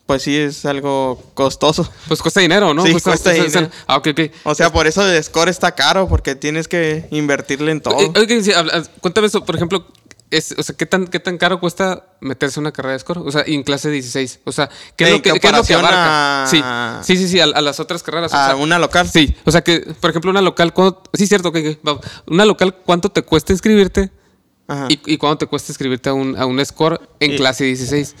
[SPEAKER 6] pues sí es algo costoso.
[SPEAKER 2] Pues cuesta dinero, ¿no?
[SPEAKER 6] Sí, cuesta dinero.
[SPEAKER 2] Ah, ok, ok.
[SPEAKER 6] O sea, por eso el score está caro, porque tienes que invertirle en todo.
[SPEAKER 2] Eh, oye, sí, habla- cuéntame eso, por ejemplo, es, o sea, ¿qué tan, ¿qué tan caro cuesta meterse en una carrera de score? O sea, y en clase 16. O sea, ¿qué es
[SPEAKER 6] En
[SPEAKER 2] lo que, qué es lo que
[SPEAKER 6] comparación
[SPEAKER 2] abarca?
[SPEAKER 6] a-
[SPEAKER 2] Sí, sí, sí, sí, a, a las otras carreras. o
[SPEAKER 6] A
[SPEAKER 2] sea,
[SPEAKER 6] una local.
[SPEAKER 2] Sí, o sea, que, por ejemplo, una local, ¿cuánto- sí, cierto, que una local, ¿cuánto te cuesta inscribirte?
[SPEAKER 6] Ajá.
[SPEAKER 2] ¿Y, y cuánto te cuesta inscribirte a un, a un score en
[SPEAKER 6] Y-
[SPEAKER 2] clase 16?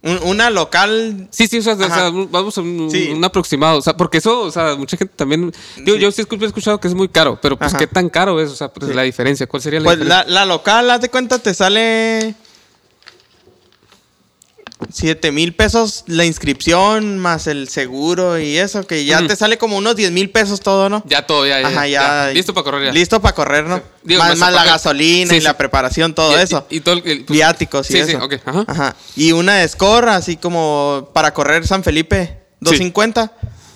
[SPEAKER 6] Un- una local.
[SPEAKER 2] Sí, sí, o sea, o sea,
[SPEAKER 6] Ajá.
[SPEAKER 2] un- vamos a un,
[SPEAKER 6] Sí.
[SPEAKER 2] un aproximado. O sea, porque eso, o sea, mucha gente también. Digo,
[SPEAKER 6] Sí.
[SPEAKER 2] yo sí escu- he escuchado que es muy caro, pero pues,
[SPEAKER 6] Ajá.
[SPEAKER 2] ¿qué tan caro es? O sea, pues, la diferencia. ¿Cuál sería la
[SPEAKER 6] Pues
[SPEAKER 2] diferencia?
[SPEAKER 6] la, la local, haz de cuenta, te sale. 7 mil pesos la inscripción, más el seguro y eso, que ya
[SPEAKER 2] Ujú.
[SPEAKER 6] te sale como unos 10 mil pesos todo, ¿no?
[SPEAKER 2] Ya todo, ya, ya.
[SPEAKER 6] Ajá,
[SPEAKER 2] ya.
[SPEAKER 6] ya,
[SPEAKER 2] Listo para correr ya.
[SPEAKER 6] Listo para correr, ¿no?
[SPEAKER 2] Digo,
[SPEAKER 6] más
[SPEAKER 2] más
[SPEAKER 6] más la
[SPEAKER 2] aparte-
[SPEAKER 6] gasolina
[SPEAKER 2] Sí,
[SPEAKER 6] y
[SPEAKER 2] sí.
[SPEAKER 6] la preparación, todo
[SPEAKER 2] Y- y-
[SPEAKER 6] eso.
[SPEAKER 2] Y, todo el- el- pues,
[SPEAKER 6] Viáticos y
[SPEAKER 2] sí,
[SPEAKER 6] eso.
[SPEAKER 2] Sí, ok, ajá.
[SPEAKER 6] Y una de score, así como para correr San Felipe, 250,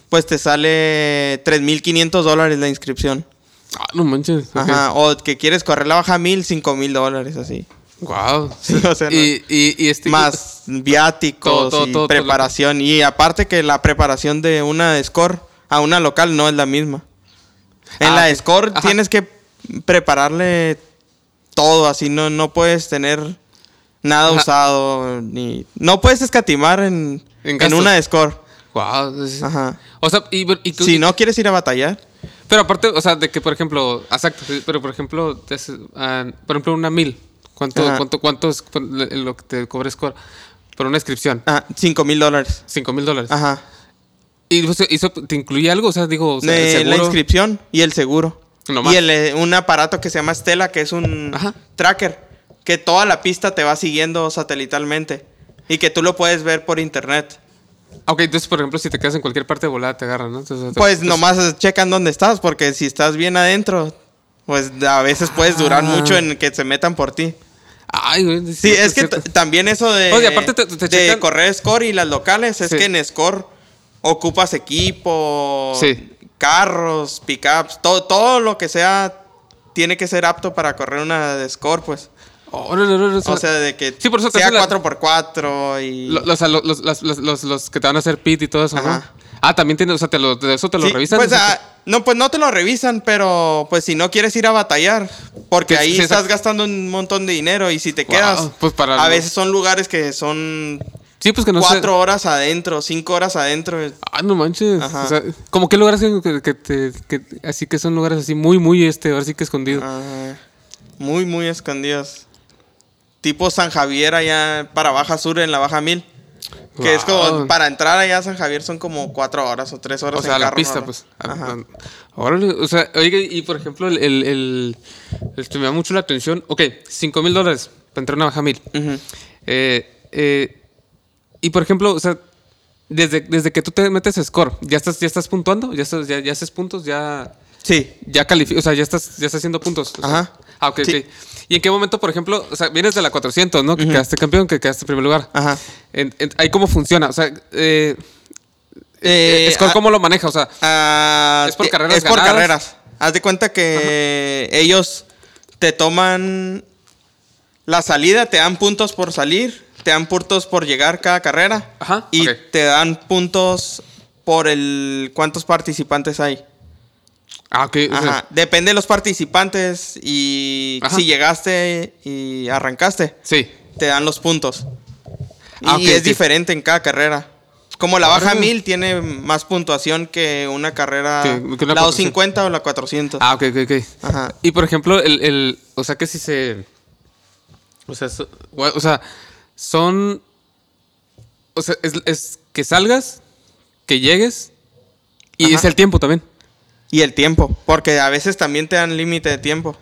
[SPEAKER 6] pues te sale 3.500 dólares la inscripción.
[SPEAKER 2] Ah, no manches. ok.
[SPEAKER 6] Ajá, o que quieres correr la baja mil, cinco mil dólares, así.
[SPEAKER 2] Guau.
[SPEAKER 6] Sí, o sea, no.
[SPEAKER 2] y, y, y este.
[SPEAKER 6] Más viáticos
[SPEAKER 2] Todo, todo,
[SPEAKER 6] y
[SPEAKER 2] todo, todo.
[SPEAKER 6] preparación. Y aparte que la preparación de una score a una local no es la misma. En
[SPEAKER 2] Ah,
[SPEAKER 6] la score
[SPEAKER 2] ajá.
[SPEAKER 6] tienes que prepararle todo, así no, no puedes tener nada
[SPEAKER 2] Ajá.
[SPEAKER 6] usado. ni No puedes escatimar en,
[SPEAKER 2] En
[SPEAKER 6] en
[SPEAKER 2] gastos.
[SPEAKER 6] una score.
[SPEAKER 2] Guau. es-
[SPEAKER 6] Ajá.
[SPEAKER 2] O sea, y, y-
[SPEAKER 6] Si no quieres ir a batallar.
[SPEAKER 2] Pero aparte, o sea, de que, por ejemplo, exacto, sí, pero por ejemplo, te haces, ah, por ejemplo, una mil. ¿Cuánto,
[SPEAKER 6] Ajá.
[SPEAKER 2] cuánto, cuánto es por- le- lo que te cobres por, por una inscripción?
[SPEAKER 6] Ajá, cinco mil dólares.
[SPEAKER 2] Cinco mil dólares.
[SPEAKER 6] Ah. Ajá.
[SPEAKER 2] ¿Y eso, eso te incluye algo? O sea, digo, o sea,
[SPEAKER 6] de
[SPEAKER 2] el
[SPEAKER 6] la
[SPEAKER 2] seguro.
[SPEAKER 6] inscripción y el seguro.
[SPEAKER 2] No más.
[SPEAKER 6] Y el, eh, un aparato que se llama Stella, que es un
[SPEAKER 2] Ajá.
[SPEAKER 6] tracker, que toda la pista te va siguiendo satelitalmente y que tú lo puedes ver por internet.
[SPEAKER 2] Ok, entonces, por ejemplo, si te quedas en cualquier parte de volada, te agarran, ¿no? Entonces,
[SPEAKER 6] Pues
[SPEAKER 2] te-
[SPEAKER 6] nomás eh, checan dónde estás, porque si estás bien adentro, pues a veces puedes durar
[SPEAKER 2] Ah.
[SPEAKER 6] mucho en que se metan por ti.
[SPEAKER 2] Ay, güey. es
[SPEAKER 6] Sí,
[SPEAKER 2] cierto,
[SPEAKER 6] es que
[SPEAKER 2] cierto.
[SPEAKER 6] t- también eso de,
[SPEAKER 2] Oye, aparte te- te
[SPEAKER 6] de
[SPEAKER 2] checan-
[SPEAKER 6] correr score y las locales, es
[SPEAKER 2] Sí.
[SPEAKER 6] que en score ocupas equipo,
[SPEAKER 2] Sí.
[SPEAKER 6] carros, pickups, todo, todo lo que sea tiene que ser apto para correr una de score, pues.
[SPEAKER 2] Oh, no, no, no, no,
[SPEAKER 6] O sea, de que
[SPEAKER 2] Sí, por eso te
[SPEAKER 6] sea
[SPEAKER 2] hacen la-
[SPEAKER 6] 4x4 y...
[SPEAKER 2] lo- lo- o sea, lo- los, las- los, los- los que te van a hacer pit y todo eso,
[SPEAKER 6] Ajá.
[SPEAKER 2] ¿no? Ah, también tiene, o sea, te lo, de eso te lo
[SPEAKER 6] Sí,
[SPEAKER 2] revisan.
[SPEAKER 6] Pues,
[SPEAKER 2] o sea,
[SPEAKER 6] ah, no, pues no te lo revisan, pero pues si no quieres ir a batallar, porque
[SPEAKER 2] Sí,
[SPEAKER 6] ahí
[SPEAKER 2] sí,
[SPEAKER 6] estás
[SPEAKER 2] exacto.
[SPEAKER 6] gastando un montón de dinero y si te
[SPEAKER 2] Wow,
[SPEAKER 6] quedas,
[SPEAKER 2] pues, para
[SPEAKER 6] a
[SPEAKER 2] no-
[SPEAKER 6] veces son lugares que son
[SPEAKER 2] sí, pues que no sé.
[SPEAKER 6] cuatro horas adentro, cinco horas adentro.
[SPEAKER 2] Ah, no manches.
[SPEAKER 6] Ajá.
[SPEAKER 2] O sea, como qué lugares que, que- que te- que- así que son lugares así muy, muy este, ahora sí que escondido.
[SPEAKER 6] Ah, muy, muy escondidos. Tipo San Javier allá para Baja Sur en la Baja Mil. Que es
[SPEAKER 2] Wow.
[SPEAKER 6] como, para entrar allá a San Javier son como cuatro horas o tres horas.
[SPEAKER 2] o sea,
[SPEAKER 6] en
[SPEAKER 2] la
[SPEAKER 6] carro,
[SPEAKER 2] pista,
[SPEAKER 6] ¿no?
[SPEAKER 2] pues.
[SPEAKER 6] Ajá.
[SPEAKER 2] Órale, o sea, oiga, y por ejemplo, el, el, el- este, me da mucho la atención. Ok, 5 mil dólares para entrar a una baja mil.
[SPEAKER 6] Ujú.
[SPEAKER 2] Eh, eh, y por ejemplo, o sea, desde, desde que tú te metes a score, ¿ya estás, ya estás puntuando? ¿Ya, estás, ya, ya haces puntos? ¿Ya,
[SPEAKER 6] Sí.
[SPEAKER 2] ya calificas? O sea, ¿ya estás, ya estás haciendo puntos? O sea,
[SPEAKER 6] Ajá.
[SPEAKER 2] Ah, ok,
[SPEAKER 6] Sí.
[SPEAKER 2] ok. ¿Y en qué momento, por ejemplo, o sea, vienes de la 400, ¿no? Que quedaste campeón, que quedaste en primer lugar.
[SPEAKER 6] Ajá.
[SPEAKER 2] En- en- ¿Ahí cómo funciona? O sea, eh,
[SPEAKER 6] Eh,
[SPEAKER 2] Score,
[SPEAKER 6] ah,
[SPEAKER 2] ¿cómo lo maneja? O sea,
[SPEAKER 6] Ah,
[SPEAKER 2] ¿Es por
[SPEAKER 6] te-
[SPEAKER 2] carreras
[SPEAKER 6] Es por
[SPEAKER 2] ganadas?
[SPEAKER 6] carreras. Haz de cuenta que ellos te toman la salida, te dan puntos por salir, te dan puntos por llegar cada carrera
[SPEAKER 2] Ajá,
[SPEAKER 6] y
[SPEAKER 2] ok.
[SPEAKER 6] te dan puntos por el cuántos participantes hay.
[SPEAKER 2] ah, ok. o sea,
[SPEAKER 6] Ajá. Depende de los participantes y
[SPEAKER 2] Ajá.
[SPEAKER 6] si llegaste y arrancaste,
[SPEAKER 2] sí.
[SPEAKER 6] te dan los puntos.
[SPEAKER 2] Ah,
[SPEAKER 6] y
[SPEAKER 2] ok,
[SPEAKER 6] es
[SPEAKER 2] ok.
[SPEAKER 6] diferente en cada carrera. Como la baja
[SPEAKER 2] Órale.
[SPEAKER 6] 1000 tiene más puntuación que una carrera.
[SPEAKER 2] Que- que una
[SPEAKER 6] la
[SPEAKER 2] 400.
[SPEAKER 6] 250 o la 400.
[SPEAKER 2] Ah, ok, ok, ok.
[SPEAKER 6] Ajá.
[SPEAKER 2] Y por ejemplo, el, el- O sea, que si se. O sea, so- o sea son. O sea, es, es que salgas, que llegues. Y
[SPEAKER 6] Ajá.
[SPEAKER 2] es el tiempo también.
[SPEAKER 6] Y el tiempo. Porque a veces también te dan límite de tiempo.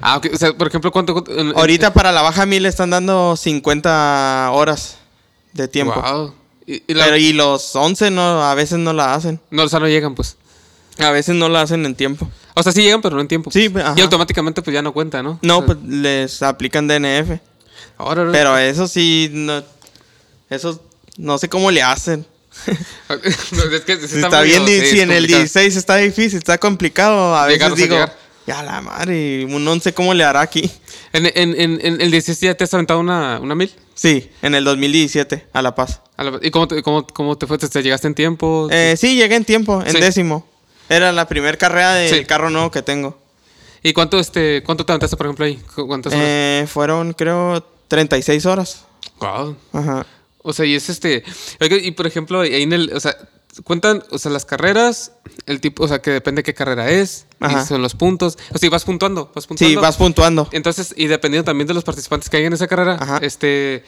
[SPEAKER 2] Ah, ok. O sea, por ejemplo, ¿cuánto. cuánto- en- en-
[SPEAKER 6] Ahorita para la baja 1000 están dando 50 horas de tiempo.
[SPEAKER 2] Wow. Y, y la-
[SPEAKER 6] Pero y los 11 no, a veces no la hacen.
[SPEAKER 2] No, o sea, no llegan, pues.
[SPEAKER 6] A veces no la hacen en tiempo.
[SPEAKER 2] O sea, sí llegan, pero no en tiempo.
[SPEAKER 6] Sí,
[SPEAKER 2] pues.
[SPEAKER 6] ajá.
[SPEAKER 2] Y automáticamente, pues ya no cuenta, ¿no?
[SPEAKER 6] No,
[SPEAKER 2] O sea,
[SPEAKER 6] pues les aplican DNF.
[SPEAKER 2] ahora- ahora-
[SPEAKER 6] Pero eso sí, no, eso no sé cómo le hacen.
[SPEAKER 2] es que sí
[SPEAKER 6] Si está, bien,
[SPEAKER 2] medio-
[SPEAKER 6] di-
[SPEAKER 2] sí,
[SPEAKER 6] si
[SPEAKER 2] es
[SPEAKER 6] en el
[SPEAKER 2] complicado.
[SPEAKER 6] 16 está difícil, está complicado. A
[SPEAKER 2] Llegar,
[SPEAKER 6] veces
[SPEAKER 2] o sea,
[SPEAKER 6] digo,
[SPEAKER 2] llegar.
[SPEAKER 6] ya la madre, un 11 cómo le hará aquí.
[SPEAKER 2] En, en- en- en el 16 ya te has aventado una, una mil.
[SPEAKER 6] Sí, en el 2017, a La Paz.
[SPEAKER 2] A la- ¿Y cómo te, cómo, cómo te fue? ¿Te, te llegaste en tiempo?
[SPEAKER 6] Eh, sí, llegué en tiempo, en
[SPEAKER 2] Sí.
[SPEAKER 6] décimo. Era la primera carrera del
[SPEAKER 2] Sí.
[SPEAKER 6] carro nuevo que tengo.
[SPEAKER 2] ¿Y cuánto, este, cuánto te aventaste, por ejemplo, ahí? ¿Cu- ¿Cuántas horas?
[SPEAKER 6] Eh, fueron, creo, 36 horas.
[SPEAKER 2] Guau.
[SPEAKER 6] Ajá.
[SPEAKER 2] O sea, y es este... oiga, Y, por ejemplo, ahí en el... O sea, cuentan, o sea, las carreras, el tipo... O sea, que depende qué carrera es, y
[SPEAKER 6] Ajá.
[SPEAKER 2] son los puntos. O sea, y vas puntuando, vas puntuando. Eh,
[SPEAKER 6] Sí, vas puntuando.
[SPEAKER 2] Entonces, y dependiendo también de los participantes que hay en esa carrera,
[SPEAKER 6] Ajá.
[SPEAKER 2] este...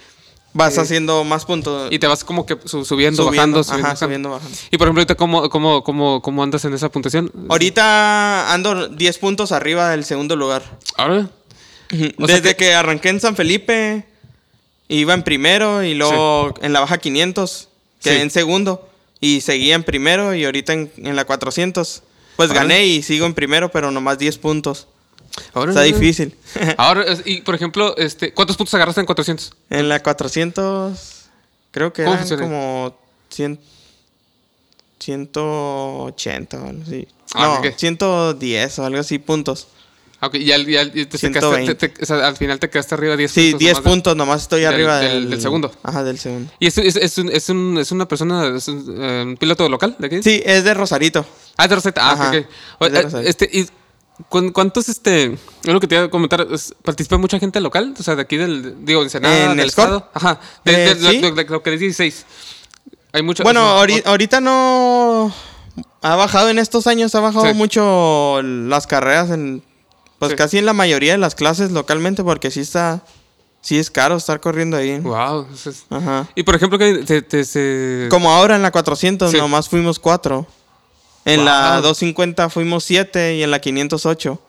[SPEAKER 6] Vas haciendo más puntos.
[SPEAKER 2] Y te vas como que su- subiendo, bajando, subiendo,
[SPEAKER 6] ajá,
[SPEAKER 2] bajando.
[SPEAKER 6] subiendo, bajando.
[SPEAKER 2] Y, por ejemplo, ahorita, ¿cómo, cómo, cómo, cómo andas en esa puntuación?
[SPEAKER 6] Ahorita ando 10 puntos arriba del segundo lugar.
[SPEAKER 2] Ahora... O sea
[SPEAKER 6] Desde que... arranqué en San Felipe, iba en primero y luego en la baja 500, quedé
[SPEAKER 2] Sí.
[SPEAKER 6] en segundo y seguía en primero y ahorita en, en la 400. Pues
[SPEAKER 2] Ah.
[SPEAKER 6] gané y sigo en primero, pero nomás 10 puntos.
[SPEAKER 2] ahora-
[SPEAKER 6] Está difícil.
[SPEAKER 2] Ahora, es- y por ejemplo, este, ¿cuántos puntos agarraste en 400?
[SPEAKER 6] en la 400, creo que
[SPEAKER 2] ¿Cómo
[SPEAKER 6] eran
[SPEAKER 2] funciona?
[SPEAKER 6] como 100, 180 o algo así.
[SPEAKER 2] Ah,
[SPEAKER 6] no,
[SPEAKER 2] ok.
[SPEAKER 6] 110 o algo así, puntos.
[SPEAKER 2] Ah, ok, y al, y al- y te- te quedaste-
[SPEAKER 6] 120.
[SPEAKER 2] te- te- o sea, al final te quedaste arriba 10
[SPEAKER 6] Sí,
[SPEAKER 2] puntos.
[SPEAKER 6] 10
[SPEAKER 2] nomás de-
[SPEAKER 6] puntos, nomás estoy
[SPEAKER 2] del-
[SPEAKER 6] arriba
[SPEAKER 2] del-
[SPEAKER 6] del,
[SPEAKER 2] del segundo.
[SPEAKER 6] Ajá, del segundo.
[SPEAKER 2] ¿Y es, es, es, un, es, un- es una persona, es un, eh, un piloto local de aquí?
[SPEAKER 6] Sí, es de Rosarito.
[SPEAKER 2] Ah, de Rosetta. Ah,
[SPEAKER 6] Ajá,
[SPEAKER 2] ok, ok. O-
[SPEAKER 6] es de
[SPEAKER 2] eh,
[SPEAKER 6] Rosetta.
[SPEAKER 2] este, y cuán- ¿Cuántos, este, lo que te iba a comentar, es- participa mucha gente local? O sea, de aquí del, digo, en Senado,
[SPEAKER 6] ¿En
[SPEAKER 2] del
[SPEAKER 6] el score?
[SPEAKER 2] Estado. Ajá, de,
[SPEAKER 6] Eh,
[SPEAKER 2] de- de-
[SPEAKER 6] sí.
[SPEAKER 2] de- de lo que es 16. Hay mucha...
[SPEAKER 6] Bueno,
[SPEAKER 2] o sea,
[SPEAKER 6] ahori- ahorita no. Ha bajado en estos años, ha bajado
[SPEAKER 2] Sí.
[SPEAKER 6] mucho las carreras en. Pues
[SPEAKER 2] Sí.
[SPEAKER 6] casi en la mayoría de las clases localmente, porque sí está. Sí es caro estar corriendo ahí.
[SPEAKER 2] Wow. eso es-
[SPEAKER 6] Ajá.
[SPEAKER 2] Y por ejemplo, que te, te- se-
[SPEAKER 6] Como ahora en la 400,
[SPEAKER 2] Sí.
[SPEAKER 6] nomás fuimos 4. En la
[SPEAKER 2] Wow.
[SPEAKER 6] 250 fuimos 7 y en la 508.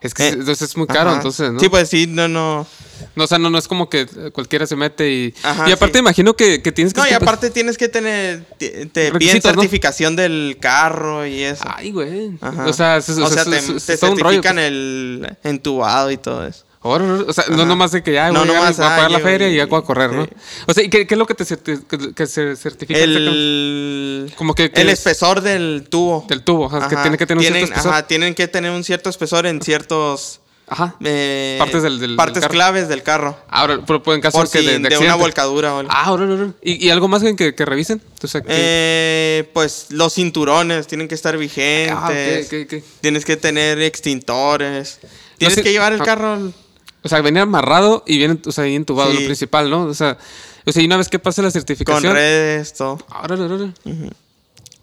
[SPEAKER 2] Es que
[SPEAKER 6] eh,
[SPEAKER 2] se- entonces es muy caro,
[SPEAKER 6] Ajá.
[SPEAKER 2] entonces, ¿no?
[SPEAKER 6] Sí, pues sí, no, no.
[SPEAKER 2] No, o sea, no, no es como que cualquiera se mete y...
[SPEAKER 6] Ajá,
[SPEAKER 2] y aparte
[SPEAKER 6] sí.
[SPEAKER 2] imagino que, que tienes que...
[SPEAKER 6] No, y
[SPEAKER 2] estar-
[SPEAKER 6] aparte tienes que tener. Te, te piden
[SPEAKER 2] Requisitos, ¿no?
[SPEAKER 6] certificación del carro y eso.
[SPEAKER 2] pues, Ay, güey.
[SPEAKER 6] Ajá.
[SPEAKER 2] O sea, es, o sea, es-
[SPEAKER 6] te,
[SPEAKER 2] es- es
[SPEAKER 6] te
[SPEAKER 2] todo un rollo. pues.
[SPEAKER 6] certifican el entubado y todo eso.
[SPEAKER 2] Ahora, o sea, no
[SPEAKER 6] Ajá.
[SPEAKER 2] nomás de que ya voy,
[SPEAKER 6] No,
[SPEAKER 2] a, llegar,
[SPEAKER 6] nomás,
[SPEAKER 2] voy a
[SPEAKER 6] ah,
[SPEAKER 2] pagar la
[SPEAKER 6] yo-
[SPEAKER 2] feria y ya voy a
[SPEAKER 6] y-
[SPEAKER 2] correr, ¿no?
[SPEAKER 6] sí.
[SPEAKER 2] O sea, ¿y qué, qué es lo que te certi- que- que se certifica? exactamente?
[SPEAKER 6] El,
[SPEAKER 2] Como que- que
[SPEAKER 6] el
[SPEAKER 2] es-
[SPEAKER 6] espesor del tubo.
[SPEAKER 2] Del tubo, ajá, es que tiene que tener un
[SPEAKER 6] Tienen-
[SPEAKER 2] cierto espesor.
[SPEAKER 6] Ajá, tienen que tener un cierto espesor en ciertos...
[SPEAKER 2] Ajá.
[SPEAKER 6] eh,
[SPEAKER 2] Partes del- del- del
[SPEAKER 6] partes
[SPEAKER 2] carro.
[SPEAKER 6] claves del carro.
[SPEAKER 2] Ahora, pero pues, en caso
[SPEAKER 6] Por
[SPEAKER 2] que
[SPEAKER 6] si
[SPEAKER 2] de, de
[SPEAKER 6] de, una
[SPEAKER 2] accidente.
[SPEAKER 6] volcadura o algo.
[SPEAKER 2] Ah, ahora, ahora, ahora. ¿Y, y algo más que, que, que revisen? O sea, que-
[SPEAKER 6] Eh, pues los cinturones tienen que estar vigentes.
[SPEAKER 2] Ah, ok, ok, ok.
[SPEAKER 6] Tienes que tener extintores. Tienes
[SPEAKER 2] sé-
[SPEAKER 6] que llevar el
[SPEAKER 2] ah.
[SPEAKER 6] carro... al-
[SPEAKER 2] o sea, venía amarrado y viene, o sea, ahí entubado, lo
[SPEAKER 6] Sí.
[SPEAKER 2] principal, ¿no? O sea, o sea, y una vez que pase la
[SPEAKER 6] Con
[SPEAKER 2] certificación...
[SPEAKER 6] redes, todo.
[SPEAKER 2] Ahora, ahora, ahora.